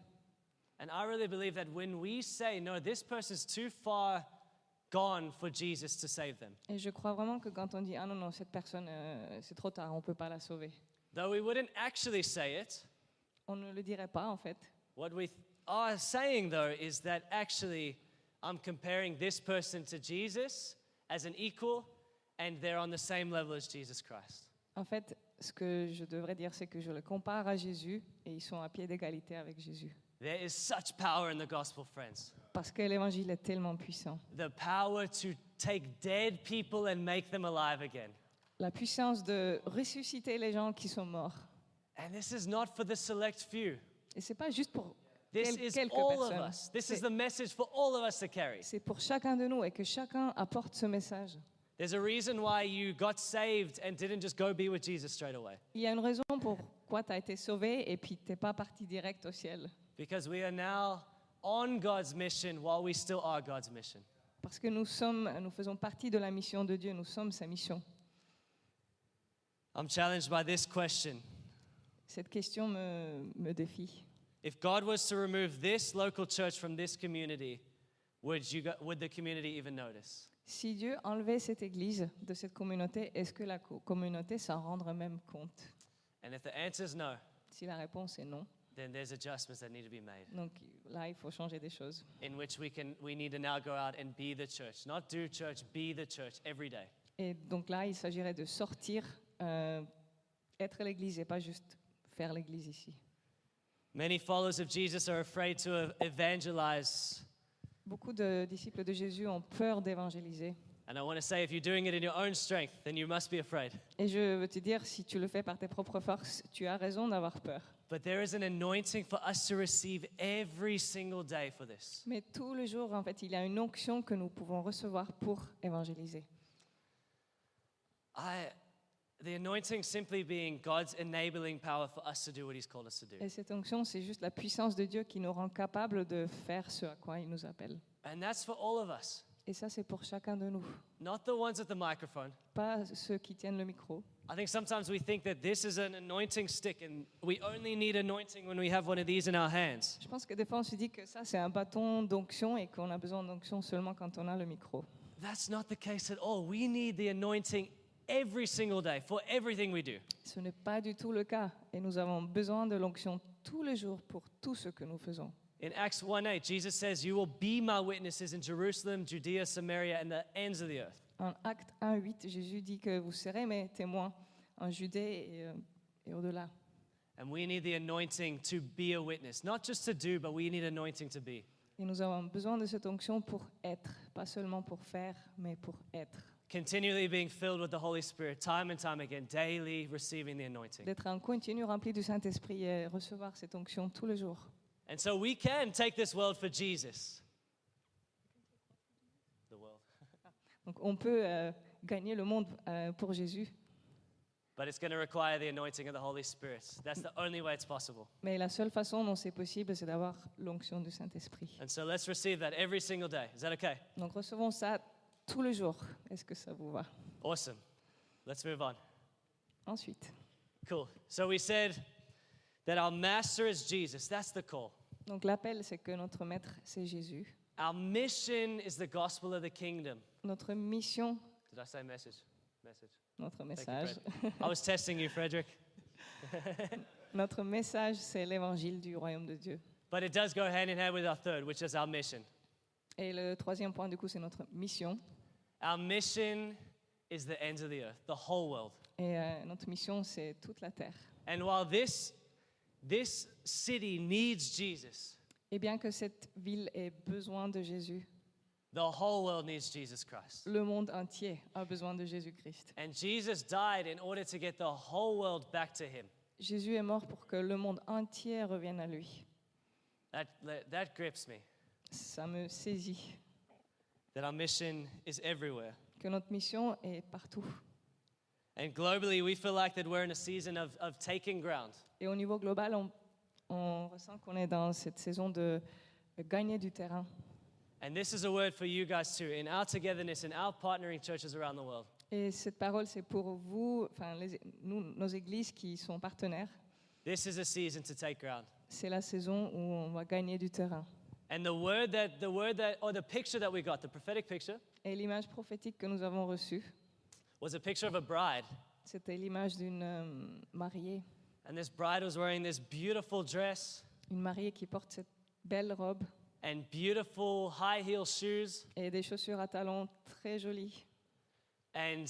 Speaker 4: And I really believe that when we say, No, this person's too far gone for Jesus to save them,
Speaker 5: Et je crois vraiment que quand on dit, ah non, non, cette personne, euh, c'est trop tard, on ne peut pas la sauver.
Speaker 4: though we wouldn't actually say it,
Speaker 5: On ne le dirait pas, en fait.
Speaker 4: what we th- are saying though is that actually I'm comparing this person to Jesus as an equal, and they're on the same level as Jesus Christ.
Speaker 5: En fait, ce que je devrais dire, c'est que je le compare à Jésus et ils sont à pied d'égalité avec Jésus.
Speaker 4: There is such power in the gospel, friends.
Speaker 5: Parce que l'évangile est tellement puissant.
Speaker 4: The power to take dead people and make them alive again.
Speaker 5: La puissance de ressusciter les gens qui sont morts.
Speaker 4: And this is not for the select few.
Speaker 5: Et c'est pas juste pour
Speaker 4: This
Speaker 5: quel-
Speaker 4: is
Speaker 5: quelques
Speaker 4: all of
Speaker 5: personnes.
Speaker 4: us. This is
Speaker 5: C'est-
Speaker 4: the message for all of us to carry.
Speaker 5: C'est pour chacun de nous et que chacun apporte ce message.
Speaker 4: There's a reason why you got saved and didn't just go be with Jesus straight away.
Speaker 5: Il y a une raison pourquoi tu as été sauvé et puis t'es pas parti direct au ciel.
Speaker 4: Because we are now on God's mission while we still are God's mission.
Speaker 5: Parce que nous sommes, nous faisons partie de la mission de Dieu, nous sommes sa mission.
Speaker 4: I'm challenged by this question.
Speaker 5: Cette question me, me défie.
Speaker 4: If God was to remove this local church from this community, would, you go, would the community even notice?
Speaker 5: Si Dieu enlevait cette église de cette communauté, est-ce que la co- communauté s'en rendrait même compte
Speaker 4: And if the answer is no,
Speaker 5: Si la réponse est non,
Speaker 4: then there's adjustments that need to be made
Speaker 5: donc là, il faut changer des choses.
Speaker 4: in which we, can, we need to now go out and be the church. Not do church, be the church every day.
Speaker 5: Et donc là, il s'agirait de sortir, euh, être l'église et pas juste faire l'église ici.
Speaker 4: Many followers of Jesus are afraid to evangelize.
Speaker 5: Beaucoup de disciples de Jésus ont peur d'évangéliser.
Speaker 4: And I want to say, if you're doing it in your own strength, then you must be afraid.
Speaker 5: Et je veux te dire, si tu le fais par tes propres forces, tu as raison d'avoir peur.
Speaker 4: But there is an anointing for us to receive every single day for this.
Speaker 5: Mais tout le jour, en fait, il y a une onction que nous pouvons recevoir pour évangéliser.
Speaker 4: I, the anointing simply being God's enabling power for us to do what He's called us to do.
Speaker 5: Et cette onction, c'est juste la puissance de Dieu qui nous rend capables de faire ce à quoi il nous appelle.
Speaker 4: And that's for all of us,
Speaker 5: Et ça, c'est pour chacun de nous,
Speaker 4: not the ones at the microphone.
Speaker 5: pas ceux qui tiennent le micro.
Speaker 4: I think sometimes we think that this is an anointing stick and we only need anointing when we have one of these in our hands.
Speaker 5: Je pense que des fois, on se dit que ça, c'est un bâton d'onction et qu'on a besoin d'onction seulement quand on a le micro.
Speaker 4: That's not the case at all. We need the anointing every single day for everything we do.
Speaker 5: Ce n'est pas du tout le cas. Et nous avons besoin de l'onction tous les jours pour tout ce que nous faisons.
Speaker 4: In Acts 1:8, Jesus says, "You will be my witnesses in Jerusalem, Judea, Samaria, and the ends of the earth."
Speaker 5: En Acte 1, 8, Jésus dit que vous serez mes témoins en Judée et, euh, et au-delà.
Speaker 4: And we need the anointing to be a witness, not just to do, but we need anointing to be.
Speaker 5: Et nous avons besoin de cette onction pour être, pas seulement pour faire, mais pour être.
Speaker 4: Continually being filled with the Holy Spirit, time and time again, daily receiving the anointing.
Speaker 5: D'être en continu rempli du Saint-Esprit et recevoir cette onction tous les jours.
Speaker 4: And so we can take this world for Jesus. The world.
Speaker 5: Donc on peut euh, gagner le monde euh, pour Jésus,
Speaker 4: But it's going to require the anointing of the Holy Spirit. That's the only way it's possible.
Speaker 5: mais la seule façon dont c'est possible, c'est d'avoir l'onction du Saint-Esprit.
Speaker 4: And so let's receive that every single day. Is that okay?
Speaker 5: Donc recevons ça tous les jours. Est-ce que ça vous va
Speaker 4: Awesome. Let's move on.
Speaker 5: Ensuite,
Speaker 4: Cool. So we said that our master is Jesus. That's the call.
Speaker 5: donc l'appel, c'est que notre Maître, c'est Jésus.
Speaker 4: Our mission is the gospel of the kingdom.
Speaker 5: Notre mission,
Speaker 4: Did I say message? Message.
Speaker 5: notre
Speaker 4: you,
Speaker 5: message,
Speaker 4: I was testing you, Frederick.
Speaker 5: notre message, c'est l'évangile du royaume de Dieu.
Speaker 4: But it does go hand in hand with our third, which is our mission.
Speaker 5: Et le troisième point, du coup, c'est notre mission.
Speaker 4: Our mission is the ends of the earth, the whole world.
Speaker 5: Et euh, notre mission, c'est toute la terre.
Speaker 4: And while this this city needs Jesus,
Speaker 5: Et bien que cette ville ait besoin de Jésus,
Speaker 4: the whole world needs Jesus Christ.
Speaker 5: le monde entier a besoin de Jésus-Christ.
Speaker 4: And Jesus died in order to get the whole world back to him.
Speaker 5: Jésus est mort pour que le monde entier revienne à lui.
Speaker 4: That that, that grips me.
Speaker 5: Ça me saisit
Speaker 4: That our mission is everywhere.
Speaker 5: que notre mission est partout.
Speaker 4: And globally, we feel like that we're in a season of, of taking ground.
Speaker 5: Et au niveau global, on, on ressent qu'on est dans cette saison de gagner du terrain.
Speaker 4: And this is a word for you guys too, in our togetherness, in our partnering churches around the world.
Speaker 5: Et cette parole, c'est pour vous, enfin, les- nous, nos églises qui sont partenaires.
Speaker 4: This is a season to take ground.
Speaker 5: C'est la saison où on va gagner du terrain.
Speaker 4: And the word that, the word that, or the picture that we got, the prophetic picture,
Speaker 5: Et l'image prophétique que nous avons reçue,
Speaker 4: was a picture of a bride.
Speaker 5: c'était l'image d'une euh, mariée,
Speaker 4: And this bride was wearing this beautiful dress
Speaker 5: une mariée qui porte cette belle robe
Speaker 4: and beautiful high heel shoes.
Speaker 5: et des chaussures à talons très jolies.
Speaker 4: And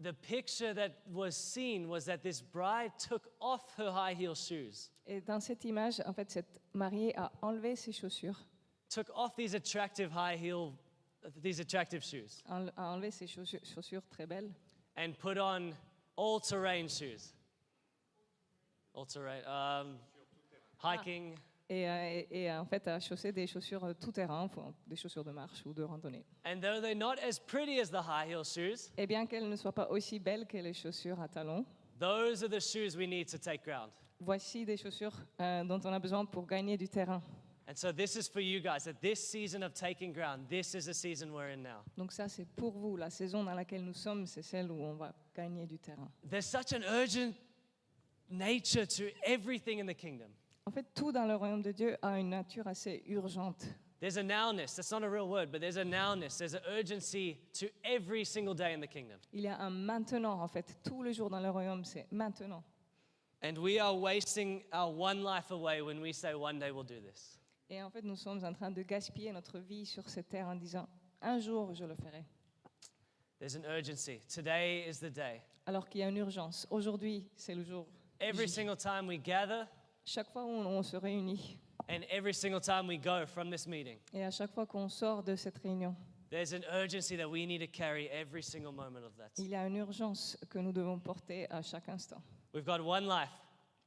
Speaker 4: the picture that was seen was that this bride took off her high heel shoes,
Speaker 5: Et dans cette image, en fait, cette mariée a enlevé ses chaussures,
Speaker 4: took off these attractive high heel, these attractive shoes,
Speaker 5: enle- a enlevé ses chaussu- chaussures très belles
Speaker 4: and put on all terrain shoes. All terrain, um, hiking.
Speaker 5: et, euh, et- et, euh, en fait à chausser des chaussures euh, tout terrain, enfin, des chaussures de marche ou de randonnée.
Speaker 4: And though they're not as pretty as the high heel shoes,
Speaker 5: Et bien qu'elles ne soient pas aussi belles que les chaussures à talons,
Speaker 4: those are the shoes we need to take ground.
Speaker 5: voici des chaussures euh, dont on a besoin pour gagner du terrain.
Speaker 4: And so this is for you guys that this season of taking ground, this is the season we're in now.
Speaker 5: Donc ça c'est pour vous, la saison dans laquelle nous sommes, c'est celle où on va gagner du terrain.
Speaker 4: There's such an urgent nature to everything in the kingdom.
Speaker 5: En fait, tout dans le royaume de Dieu a une nature assez urgente.
Speaker 4: There's a nowness. That's not a real word, but there's a nowness. There's an urgency to every single day in the kingdom.
Speaker 5: Il y a un maintenant, en fait. Tout le jour dans le royaume, c'est maintenant.
Speaker 4: And we are wasting our one life away when we say one day we'll do this.
Speaker 5: Et en fait, nous sommes en train de gaspiller notre vie sur cette terre en disant, un jour, je le ferai.
Speaker 4: There's an urgency. Today is the day.
Speaker 5: Alors qu'il y a une urgence. Aujourd'hui, c'est le jour.
Speaker 4: Every single time we gather
Speaker 5: Chaque fois où on se réunit
Speaker 4: and every single time we go from this meeting,
Speaker 5: et à chaque fois qu'on sort de cette réunion,
Speaker 4: there's an urgency that we need to carry every single moment of that.
Speaker 5: il y a une urgence que nous devons porter à chaque instant.
Speaker 4: We've got one life.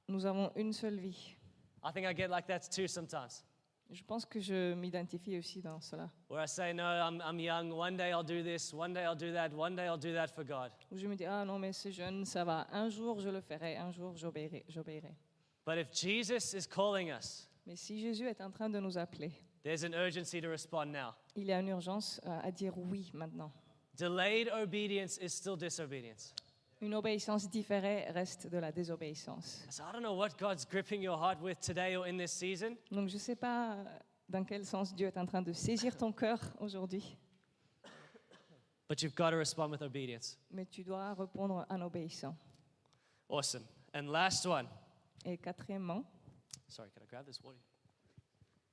Speaker 5: Nous avons une seule vie.
Speaker 4: I think I get like that too sometimes,
Speaker 5: Je pense que je m'identifie aussi dans cela.
Speaker 4: where I say, No, I'm, I'm young. One day I'll do this. One day I'll do that. One day I'll do that for God.
Speaker 5: Où je me dis, ah non, mais c'est jeune, ça va. Un jour, je le ferai. Un jour, j'obéirai. j'obéirai.
Speaker 4: But if Jesus is calling us,
Speaker 5: Mais si Jésus est en train de nous appeler,
Speaker 4: there's an urgency to respond now.
Speaker 5: il y a une urgence euh, à dire oui maintenant.
Speaker 4: Delayed obedience is still disobedience.
Speaker 5: Une obéissance différée reste de la désobéissance.
Speaker 4: So I don't know what God's gripping your heart with today or in this season,
Speaker 5: Donc je ne sais pas euh, dans quel sens Dieu est en train de saisir ton cœur aujourd'hui,
Speaker 4: but you've got to respond with obedience.
Speaker 5: mais tu dois répondre en obéissant.
Speaker 4: Awesome. And last one.
Speaker 5: Et quatrièmement,
Speaker 4: Sorry, can I grab this water?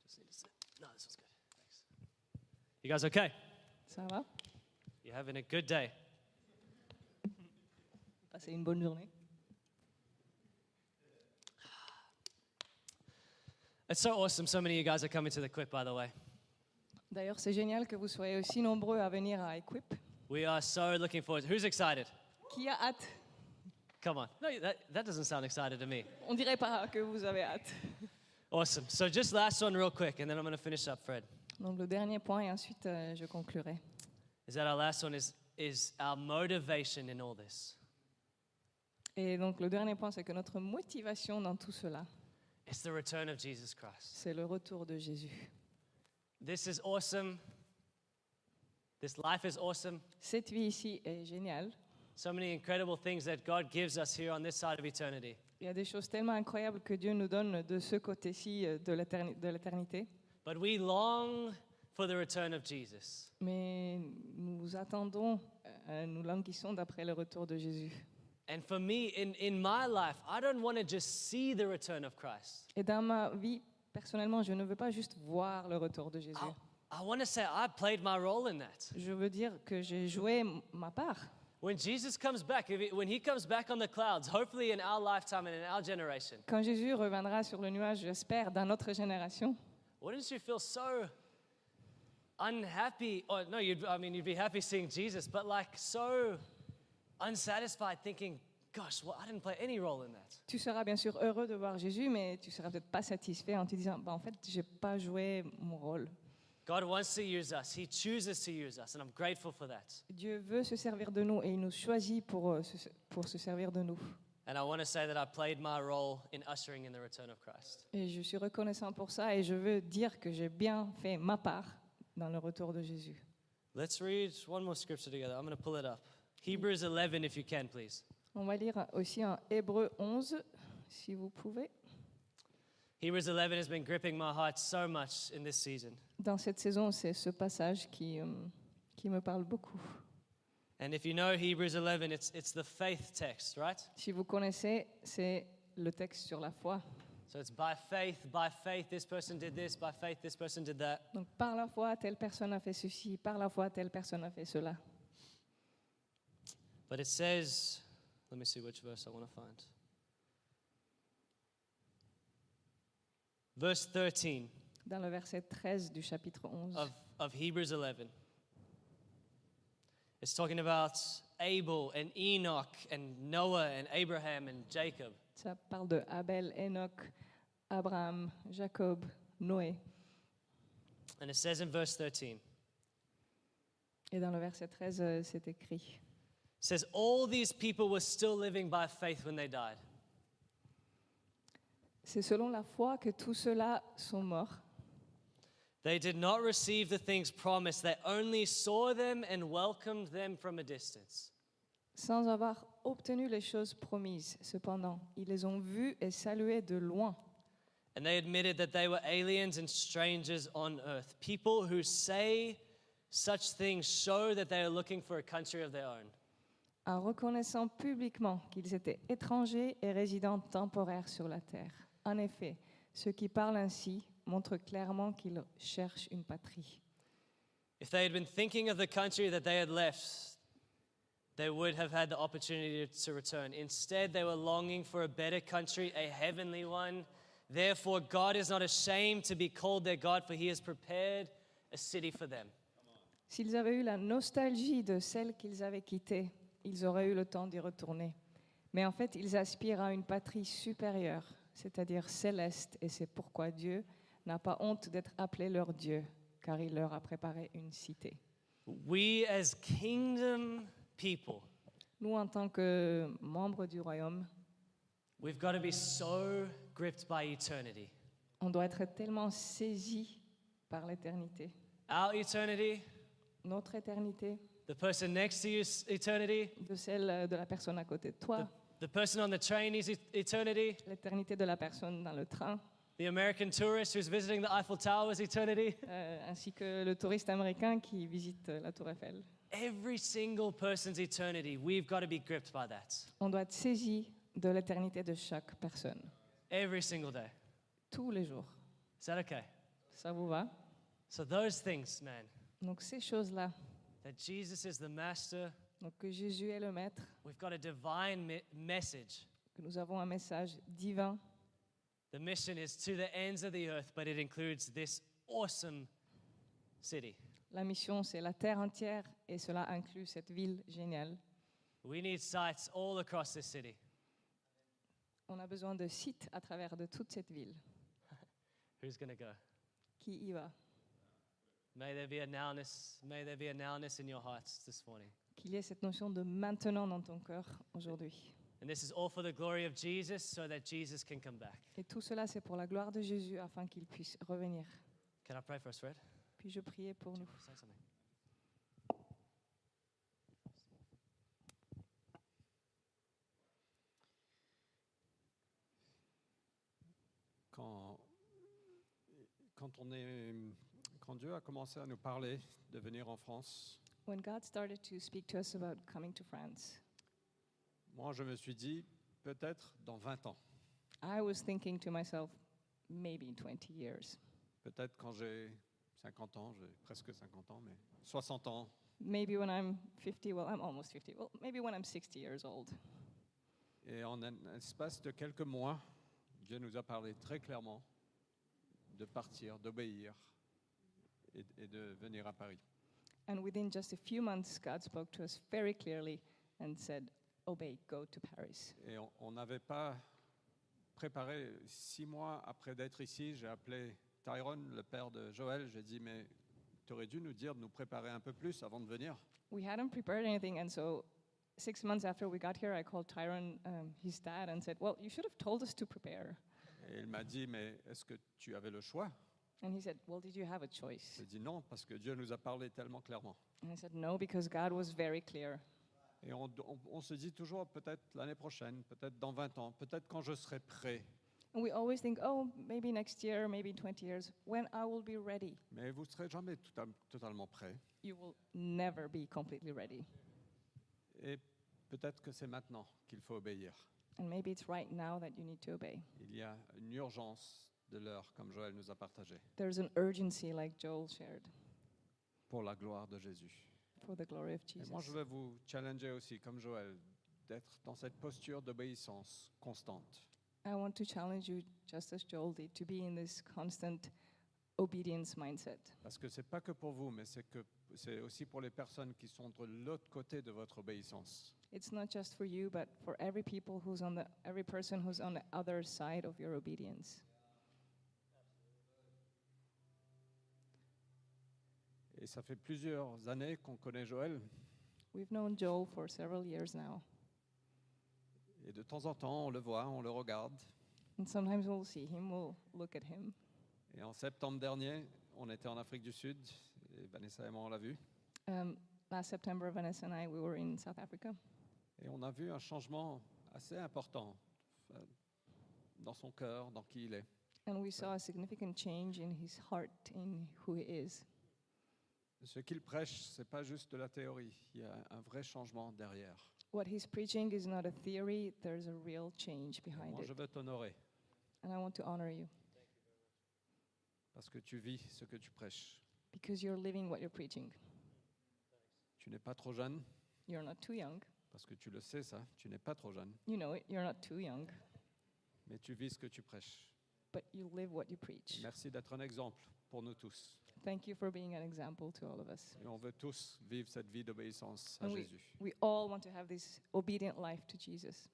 Speaker 4: Just need to sit. No, this one's good. Thanks. You guys okay?
Speaker 5: ça va
Speaker 4: You having a good day?
Speaker 5: Passez une bonne journée.
Speaker 4: It's so awesome. So many of you guys are coming to the quip, by the way.
Speaker 5: D'ailleurs, c'est génial que vous soyez aussi nombreux à venir à Equip.
Speaker 4: We are so looking forward. Who's excited?
Speaker 5: Qui a hâte
Speaker 4: Come on. No, that, that doesn't sound excited to me.
Speaker 5: On dirait pas que vous avez hâte.
Speaker 4: Awesome. So just last one real quick, and then I'm going to finish up, Fred.
Speaker 5: Donc le dernier point, et ensuite euh, je conclurai.
Speaker 4: Is that our last one is, is our motivation in all this.
Speaker 5: Et donc le dernier point, c'est que notre motivation dans tout cela,
Speaker 4: It's the return of Jesus Christ.
Speaker 5: c'est le retour de Jésus.
Speaker 4: This is awesome. This life is awesome.
Speaker 5: Cette vie ici est géniale.
Speaker 4: So many incredible things that God gives us here on this side of eternity.
Speaker 5: Il y a des choses tellement incroyables que Dieu nous donne de ce côté-ci euh, de l'éterni- de l'éternité.
Speaker 4: But we long for the return of Jesus.
Speaker 5: Mais nous attendons, euh, nous languissons d'après le retour de Jésus.
Speaker 4: And for me, in, in my life, I don't want to just see the return of Christ.
Speaker 5: Et dans ma vie, personnellement, je ne veux pas juste voir le retour de Jésus.
Speaker 4: I, I want to say I played my role in that.
Speaker 5: Je veux dire que j'ai joué m- ma part.
Speaker 4: When Jesus comes back, if he, when he comes back on the clouds, hopefully in our lifetime and in our generation,
Speaker 5: Quand Jésus reviendra sur le nuage, j'espère, dans notre génération,
Speaker 4: wouldn't you feel so unhappy? Or no, you'd, I mean, you'd be happy seeing Jesus, but like so unsatisfied thinking, gosh, well, I didn't play any role in that.
Speaker 5: tu seras bien sûr heureux de voir Jésus, mais tu seras peut-être pas satisfait en te disant, bah, en fait, j'ai pas joué mon rôle.
Speaker 4: God wants to use us. He chooses to use us, and I'm grateful for that.
Speaker 5: Dieu veut se servir de nous et il nous choisit pour, euh, se- pour se servir de nous.
Speaker 4: And I want to say that I played my role in ushering in the return of Christ.
Speaker 5: Et je suis reconnaissant pour ça et je veux dire que j'ai bien fait ma part dans le retour de Jésus.
Speaker 4: Let's read one more scripture together. I'm going to pull it up. Hebrews 11, if you can, please.
Speaker 5: On va lire aussi en Hébreu 11, si vous pouvez.
Speaker 4: Hebrews 11 has been gripping my heart so much in this season.
Speaker 5: Dans cette saison, c'est ce passage qui, euh, qui me parle beaucoup.
Speaker 4: And if you know Hebrews 11, it's, it's the faith text, right?
Speaker 5: Si vous connaissez, c'est le texte sur la foi.
Speaker 4: So it's by faith, by faith, this person did this, by faith, this person did that.
Speaker 5: Donc par la foi, telle personne a fait ceci, par la foi, telle personne a fait cela.
Speaker 4: But it says, let me see which verse I want to find. Verse 13
Speaker 5: Dans le verset 13 du chapitre 11.
Speaker 4: of, of Hebrews 11. It's talking about Abel and Enoch and Noah and Abraham and Jacob.
Speaker 5: Ça parle de Abel, Enoch, Abraham, Jacob, Noé.
Speaker 4: And it says in verse 13, it
Speaker 5: Et dans le verset 13, euh, c'est écrit.
Speaker 4: says, All these people were still living by faith when they died.
Speaker 5: C'est selon la foi que tous ceux-là sont morts.
Speaker 4: They did not receive the things promised, they only saw them and welcomed them from a distance.
Speaker 5: sans avoir obtenu les choses promises. Cependant, ils les ont vus et salués de loin.
Speaker 4: And they admitted that they were aliens and strangers on earth. People who say such things show that they are looking for a country of their own.
Speaker 5: en reconnaissant publiquement qu'ils étaient étrangers et résidents temporaires sur la terre. En effet, ceux qui parlent ainsi montrent clairement qu'ils cherchent une patrie.
Speaker 4: If they had been thinking of the country that they had left, they would have had the opportunity to return. Instead, they were longing for a better country, a heavenly one. Therefore, God is not ashamed to be called their God, for he has prepared a city for them.
Speaker 5: S'ils avaient eu la nostalgie de celle qu'ils avaient quittée, ils auraient eu le temps d'y retourner. Mais en fait, ils aspirent à une patrie supérieure, c'est-à-dire céleste, et c'est pourquoi Dieu n'a pas honte d'être appelé leur Dieu, car il leur a préparé une cité.
Speaker 4: We, as kingdom people,
Speaker 5: Nous, en tant que membres du royaume,
Speaker 4: we've got to be so gripped by eternity.
Speaker 5: on doit être tellement saisi par l'éternité.
Speaker 4: Our eternity,
Speaker 5: Notre éternité,
Speaker 4: the person next to you's eternity,
Speaker 5: de celle de la personne à côté de
Speaker 4: the,
Speaker 5: toi,
Speaker 4: the person on the train is e-, eternity,
Speaker 5: l'éternité de la personne dans le train,
Speaker 4: the American tourist who's visiting the Eiffel Tower is eternity.
Speaker 5: euh, ainsi que le touriste américain qui visite la tour Eiffel.
Speaker 4: Every single person's eternity, we've got to be gripped by that
Speaker 5: On doit être saisi de l'éternité de chaque personne,
Speaker 4: every single day.
Speaker 5: tous les jours.
Speaker 4: Is that okay?
Speaker 5: Ça vous va
Speaker 4: So, those things, man,
Speaker 5: Donc ces choses-là,
Speaker 4: that Jesus is the master,
Speaker 5: donc que Jésus est le Maître,
Speaker 4: we've got a divine me- message.
Speaker 5: que nous avons un message divin,
Speaker 4: The mission is to the ends of the earth, but it includes this awesome city.
Speaker 5: la mission c'est la terre entière et cela inclut cette ville géniale.
Speaker 4: We need sites all across this city
Speaker 5: On a besoin de sites à travers de toute cette ville.
Speaker 4: Who's going to go?
Speaker 5: Qui y va
Speaker 4: May there be a nowness. May there be a nowness in your hearts this morning.
Speaker 5: Qu'il y ait cette notion de maintenant dans ton cœur aujourd'hui.
Speaker 4: And this is all for the glory of Jesus so that Jesus can come back.
Speaker 5: Et tout cela c'est pour la gloire de Jésus afin qu'il puisse revenir.
Speaker 4: Can I pray for us, Fred?
Speaker 5: Puis je priais pour nous.
Speaker 4: Say something.
Speaker 1: Quand, quand on est, quand Dieu a commencé à nous parler de venir en France,
Speaker 5: When God started to speak to us about coming to France,
Speaker 1: moi je me suis dit, peut-être dans 20 ans,
Speaker 5: I was thinking to myself, maybe in 20 years,
Speaker 1: peut-être quand j'ai 50 ans, j'ai presque 50 ans, mais 60 ans,
Speaker 5: maybe when I'm 50, well, I'm almost 50, well, maybe when I'm 60 years old.
Speaker 1: Et en un un espace de quelques mois, Dieu nous a parlé très clairement de partir, d'obéir et, et de venir à Paris.
Speaker 5: And within just a few months, God spoke to us very clearly and said, Obey, go to Paris.
Speaker 1: Et on- on n'avait pas préparé. Six mois après d'être ici, j'ai appelé Tyrone, le père de Joël. J'ai dit, mais tu aurais dû nous dire de nous préparer un peu plus avant de venir.
Speaker 5: We hadn't prepared anything, and so six months after we got here, I called Tyrone, um, his dad, and said, Well, you should have told us to prepare.
Speaker 1: Et il m'a dit, mais est-ce que tu avais le choix
Speaker 5: And he said, Well, did you have a choice?
Speaker 1: J'ai dit non, parce que Dieu nous a parlé tellement clairement.
Speaker 5: And I said, No, because God was very clear.
Speaker 1: Et on, on- on se dit toujours, peut-être l'année prochaine, peut-être dans 20 ans, peut-être quand je serai prêt.
Speaker 5: And we always think, Oh, maybe next year, maybe in 20 years, when I will be ready.
Speaker 1: Mais vous ne serez jamais tout à- totalement prêt.
Speaker 5: You will never be completely ready.
Speaker 1: Et peut-être que c'est maintenant qu'il faut obéir.
Speaker 5: And maybe it's right now that you need to obey.
Speaker 1: Il y a une urgence de l'heure, comme Joël nous a partagé,
Speaker 5: There's an urgency, like Joel shared,
Speaker 1: pour la gloire de Jésus.
Speaker 5: for the glory of
Speaker 1: Et
Speaker 5: Jesus.
Speaker 1: moi, je veux vous challenger aussi, comme Joël, d'être dans cette posture d'obéissance constante.
Speaker 5: I want to challenge you, just as Joel did, to be in this constant obedience mindset.
Speaker 1: Parce que ce n'est pas que pour vous, mais c'est que- c'est aussi pour les personnes qui sont de l'autre côté de votre obéissance.
Speaker 5: It's not just for you, but for every people who's on the every person who's on the other side of your obedience.
Speaker 1: Et ça fait plusieurs années qu'on connaît Joël.
Speaker 5: We've known Joel for several years now,
Speaker 1: Et de temps en temps, on le voit, on le regarde.
Speaker 5: and sometimes we'll see him, we'll look at him.
Speaker 1: Et en septembre dernier, on était en Afrique du Sud. Et Vanessa et moi, on l'a vu.
Speaker 5: Um, last September, Vanessa and I, we were in South Africa,
Speaker 1: Et on a vu un changement assez important euh, dans son cœur, dans qui il est.
Speaker 5: and we saw a significant change in his heart, in who he is.
Speaker 1: Ce qu'il prêche, ce n'est pas juste de la théorie. Il y a un vrai changement derrière.
Speaker 5: What he's preaching is not a theory, there's a real change
Speaker 1: Et
Speaker 5: behind
Speaker 1: moi, je
Speaker 5: it.
Speaker 1: veux t'honorer
Speaker 5: And I want to honor you
Speaker 1: parce que tu vis ce que tu prêches.
Speaker 5: because you're living what you're preaching.
Speaker 1: Tu n'es pas trop jeune,
Speaker 5: You're not too young.
Speaker 1: parce que tu le sais, ça. Tu n'es pas trop jeune,
Speaker 5: You know it, you're not too young,
Speaker 1: mais tu vis ce que tu prêches.
Speaker 5: but you live what you
Speaker 1: Et
Speaker 5: preach.
Speaker 1: Merci d'être un exemple pour nous tous.
Speaker 5: Thank you for being an example to all of us.
Speaker 1: Et on veut tous vivre cette vie d'obéissance à
Speaker 5: And we,
Speaker 1: Jésus.
Speaker 5: we all want to have this obedient life to Jesus.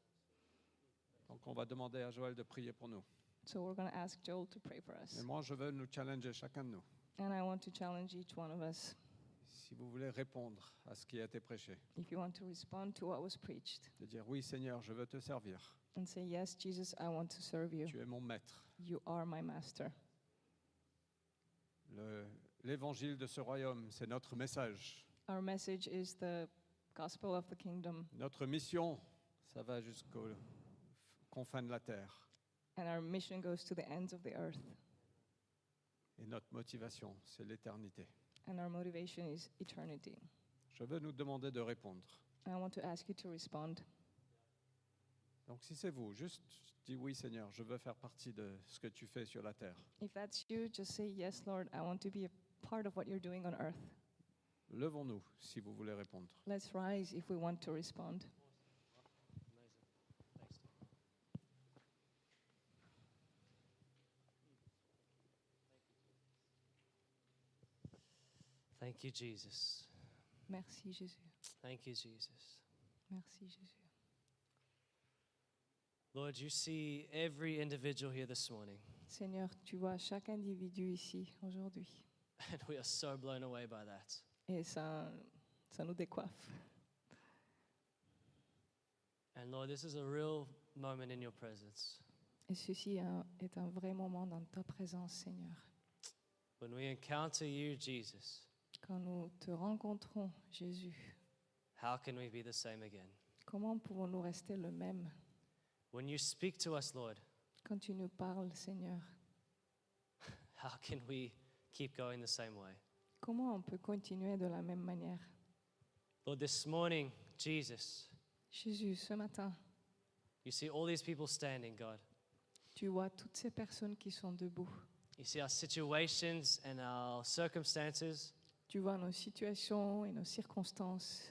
Speaker 1: Donc on va demander à Joël de prier pour nous.
Speaker 5: So we're going to ask Joel to pray for us.
Speaker 1: Mais moi, je veux nous challenger chacun de nous.
Speaker 5: And I want to challenge each one of us
Speaker 1: Si vous voulez répondre à ce qui a été prêché,
Speaker 5: if you want to respond to what was preached
Speaker 1: de dire oui Seigneur, je veux te servir.
Speaker 5: and say, Yes, Jesus, I want to serve you.
Speaker 1: Tu es mon maître.
Speaker 5: You are my master.
Speaker 1: Le- L'évangile de ce royaume, c'est notre message.
Speaker 5: Our message is the gospel of the kingdom,
Speaker 1: Notre mission, ça va jusqu'aux confins de la terre.
Speaker 5: and our mission goes to the ends of the earth.
Speaker 1: Et notre motivation, c'est l'éternité.
Speaker 5: And our motivation is eternity.
Speaker 1: Je veux nous demander de répondre.
Speaker 5: I want to ask you to respond.
Speaker 1: Donc si c'est vous, juste dis oui Seigneur, je veux faire partie de ce que tu fais sur la terre.
Speaker 5: If that's you, just say, Yes, Lord, I want to be a part of what you're doing on earth.
Speaker 1: Levons-nous si vous voulez répondre.
Speaker 5: Let's rise if we want to respond.
Speaker 4: Amazing. Thanks. Tom. Thank you, Jesus.
Speaker 5: Merci, Jésus.
Speaker 4: Thank you, Jesus.
Speaker 5: Merci, Jésus.
Speaker 4: Lord, you see every individual here this morning,
Speaker 5: Seigneur, tu vois chaque individu ici aujourd'hui.
Speaker 4: and we are so blown away by that.
Speaker 5: Et ça, ça nous décoiffe.
Speaker 4: And Lord, this is a real moment in your presence.
Speaker 5: Et ceci hein, est un vrai moment dans ta présence, Seigneur.
Speaker 4: When we encounter you, Jesus,
Speaker 5: Quand nous te rencontrons, Jésus,
Speaker 4: how can we be the same again?
Speaker 5: comment pouvons-nous rester le même
Speaker 4: When you speak to us, Lord,
Speaker 5: Quand tu nous parles, Seigneur,
Speaker 4: how can we keep going the same way?
Speaker 5: comment on peut continuer de la même manière
Speaker 4: Lord, this morning, Jesus,
Speaker 5: Jésus, ce matin,
Speaker 4: you see all these people standing, God.
Speaker 5: tu vois toutes ces personnes qui sont debout.
Speaker 4: You see our situations and our circumstances.
Speaker 5: Tu vois nos situations et nos circonstances.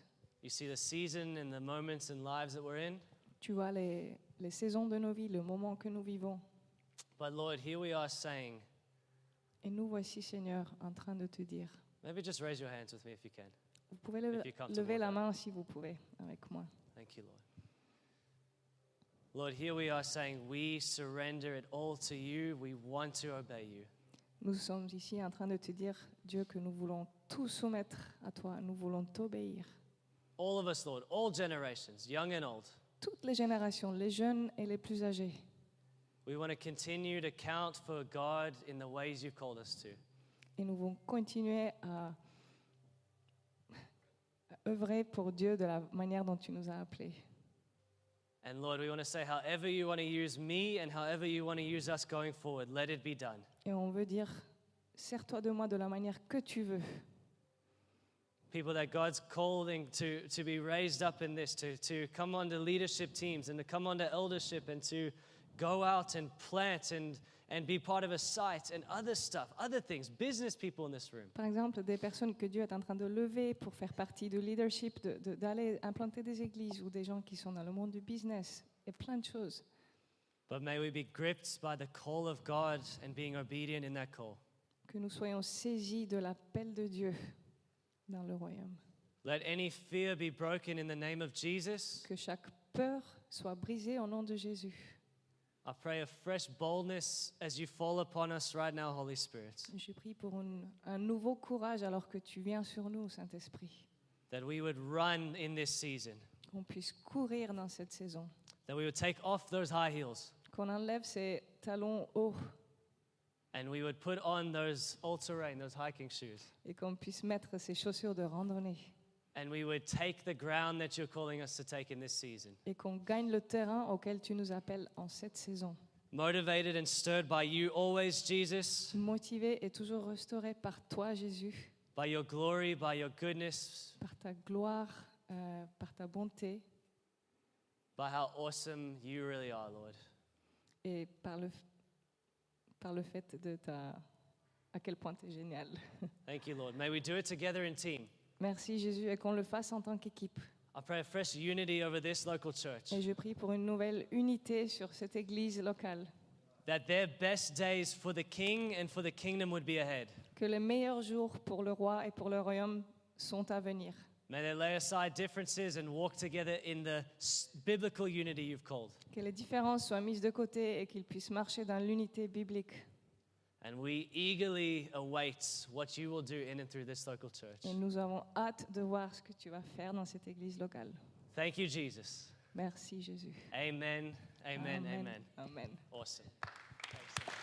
Speaker 4: You see the season and the moments and lives that we're in.
Speaker 5: Tu vois les, les saisons de nos vies, le moment que nous vivons.
Speaker 4: But Lord, here we are saying,
Speaker 5: Et nous voici, Seigneur, en train de te dire.
Speaker 4: maybe just raise your hands with me if you can.
Speaker 5: Vous pouvez
Speaker 4: If
Speaker 5: lever,
Speaker 4: you come to
Speaker 5: lever la
Speaker 4: water.
Speaker 5: main si vous pouvez avec moi.
Speaker 4: Thank you, Lord. Lord, here we are saying, we surrender it all to you. We want to obey you.
Speaker 5: Nous sommes ici en train de te dire, Dieu, que nous voulons tout soumettre à toi, nous voulons t'obéir.
Speaker 4: All of us, Lord, all generations, young and old,
Speaker 5: Toutes les générations, les jeunes et les plus âgés,
Speaker 4: we want to continue to count for God in the ways you've called us to.
Speaker 5: et nous voulons continuer à, à œuvrer pour Dieu de la manière dont tu nous as appelés.
Speaker 4: And Lord, we want to say, however you want to use me and however you want to use us going forward, let it be done.
Speaker 5: Et on veut dire, sers-toi de moi de la manière que tu veux.
Speaker 4: People that God's calling to, to be raised up in this, to, to come onto leadership teams and to come onto eldership and to go out and plant and, and be part of a site and other stuff, other things, business people in this room.
Speaker 5: Par exemple, des personnes que Dieu est en train de lever pour faire partie du leadership, de- de- d'aller implanter des églises ou des gens qui sont dans le monde du business et plein de choses.
Speaker 4: But may we be gripped by the call of God and being obedient in that call.
Speaker 5: que nous soyons saisis de l'appel de Dieu dans le royaume.
Speaker 4: Let any fear be broken in the name of Jesus.
Speaker 5: Que chaque peur soit brisée au nom de Jésus.
Speaker 4: I pray a fresh boldness as you fall upon us right now, Holy Spirit,
Speaker 5: Je prie pour une- un nouveau courage alors que tu viens sur nous, Saint-Esprit.
Speaker 4: that we would run in this season,
Speaker 5: Qu'on puisse courir dans cette saison.
Speaker 4: that we would take off those high heels
Speaker 5: Qu'on enlève ces talons hauts
Speaker 4: and we would put on those all terrain, those hiking shoes,
Speaker 5: et qu'on puisse mettre ces chaussures de randonnée.
Speaker 4: and we would take the ground that you're calling us to take in this season.
Speaker 5: Et qu'on gagne le terrain auquel tu nous appelles en cette saison.
Speaker 4: Motivated and stirred by you always, Jesus,
Speaker 5: Motivé et toujours restauré par toi, Jésus,
Speaker 4: by your glory, by your goodness,
Speaker 5: par ta gloire, euh, par ta bonté
Speaker 4: by how awesome you really are, Lord.
Speaker 5: et par le, par le fait de ta. à quel point tu es génial.
Speaker 4: Thank you, Lord. May we do it together in team.
Speaker 5: Merci, Jésus, et qu'on le fasse en tant qu'équipe.
Speaker 4: I pray a fresh unity over this local church,
Speaker 5: Et je prie pour une nouvelle unité sur cette église locale.
Speaker 4: that their best days for the king and for the kingdom would be ahead.
Speaker 5: Que les meilleurs jours pour le roi et pour le royaume sont à venir.
Speaker 4: May they lay aside differences and walk together in the s- biblical unity you've called.
Speaker 5: Que les différences soient mises de côté et qu'ils puissent marcher dans l'unité biblique.
Speaker 4: And we eagerly await what you will do in and through this local church.
Speaker 5: Et nous avons hâte de voir ce que tu vas faire dans cette église locale.
Speaker 4: Thank you, Jesus.
Speaker 5: Merci Jésus.
Speaker 4: Amen, amen, amen.
Speaker 5: Amen.
Speaker 4: Awesome. Thanks so much.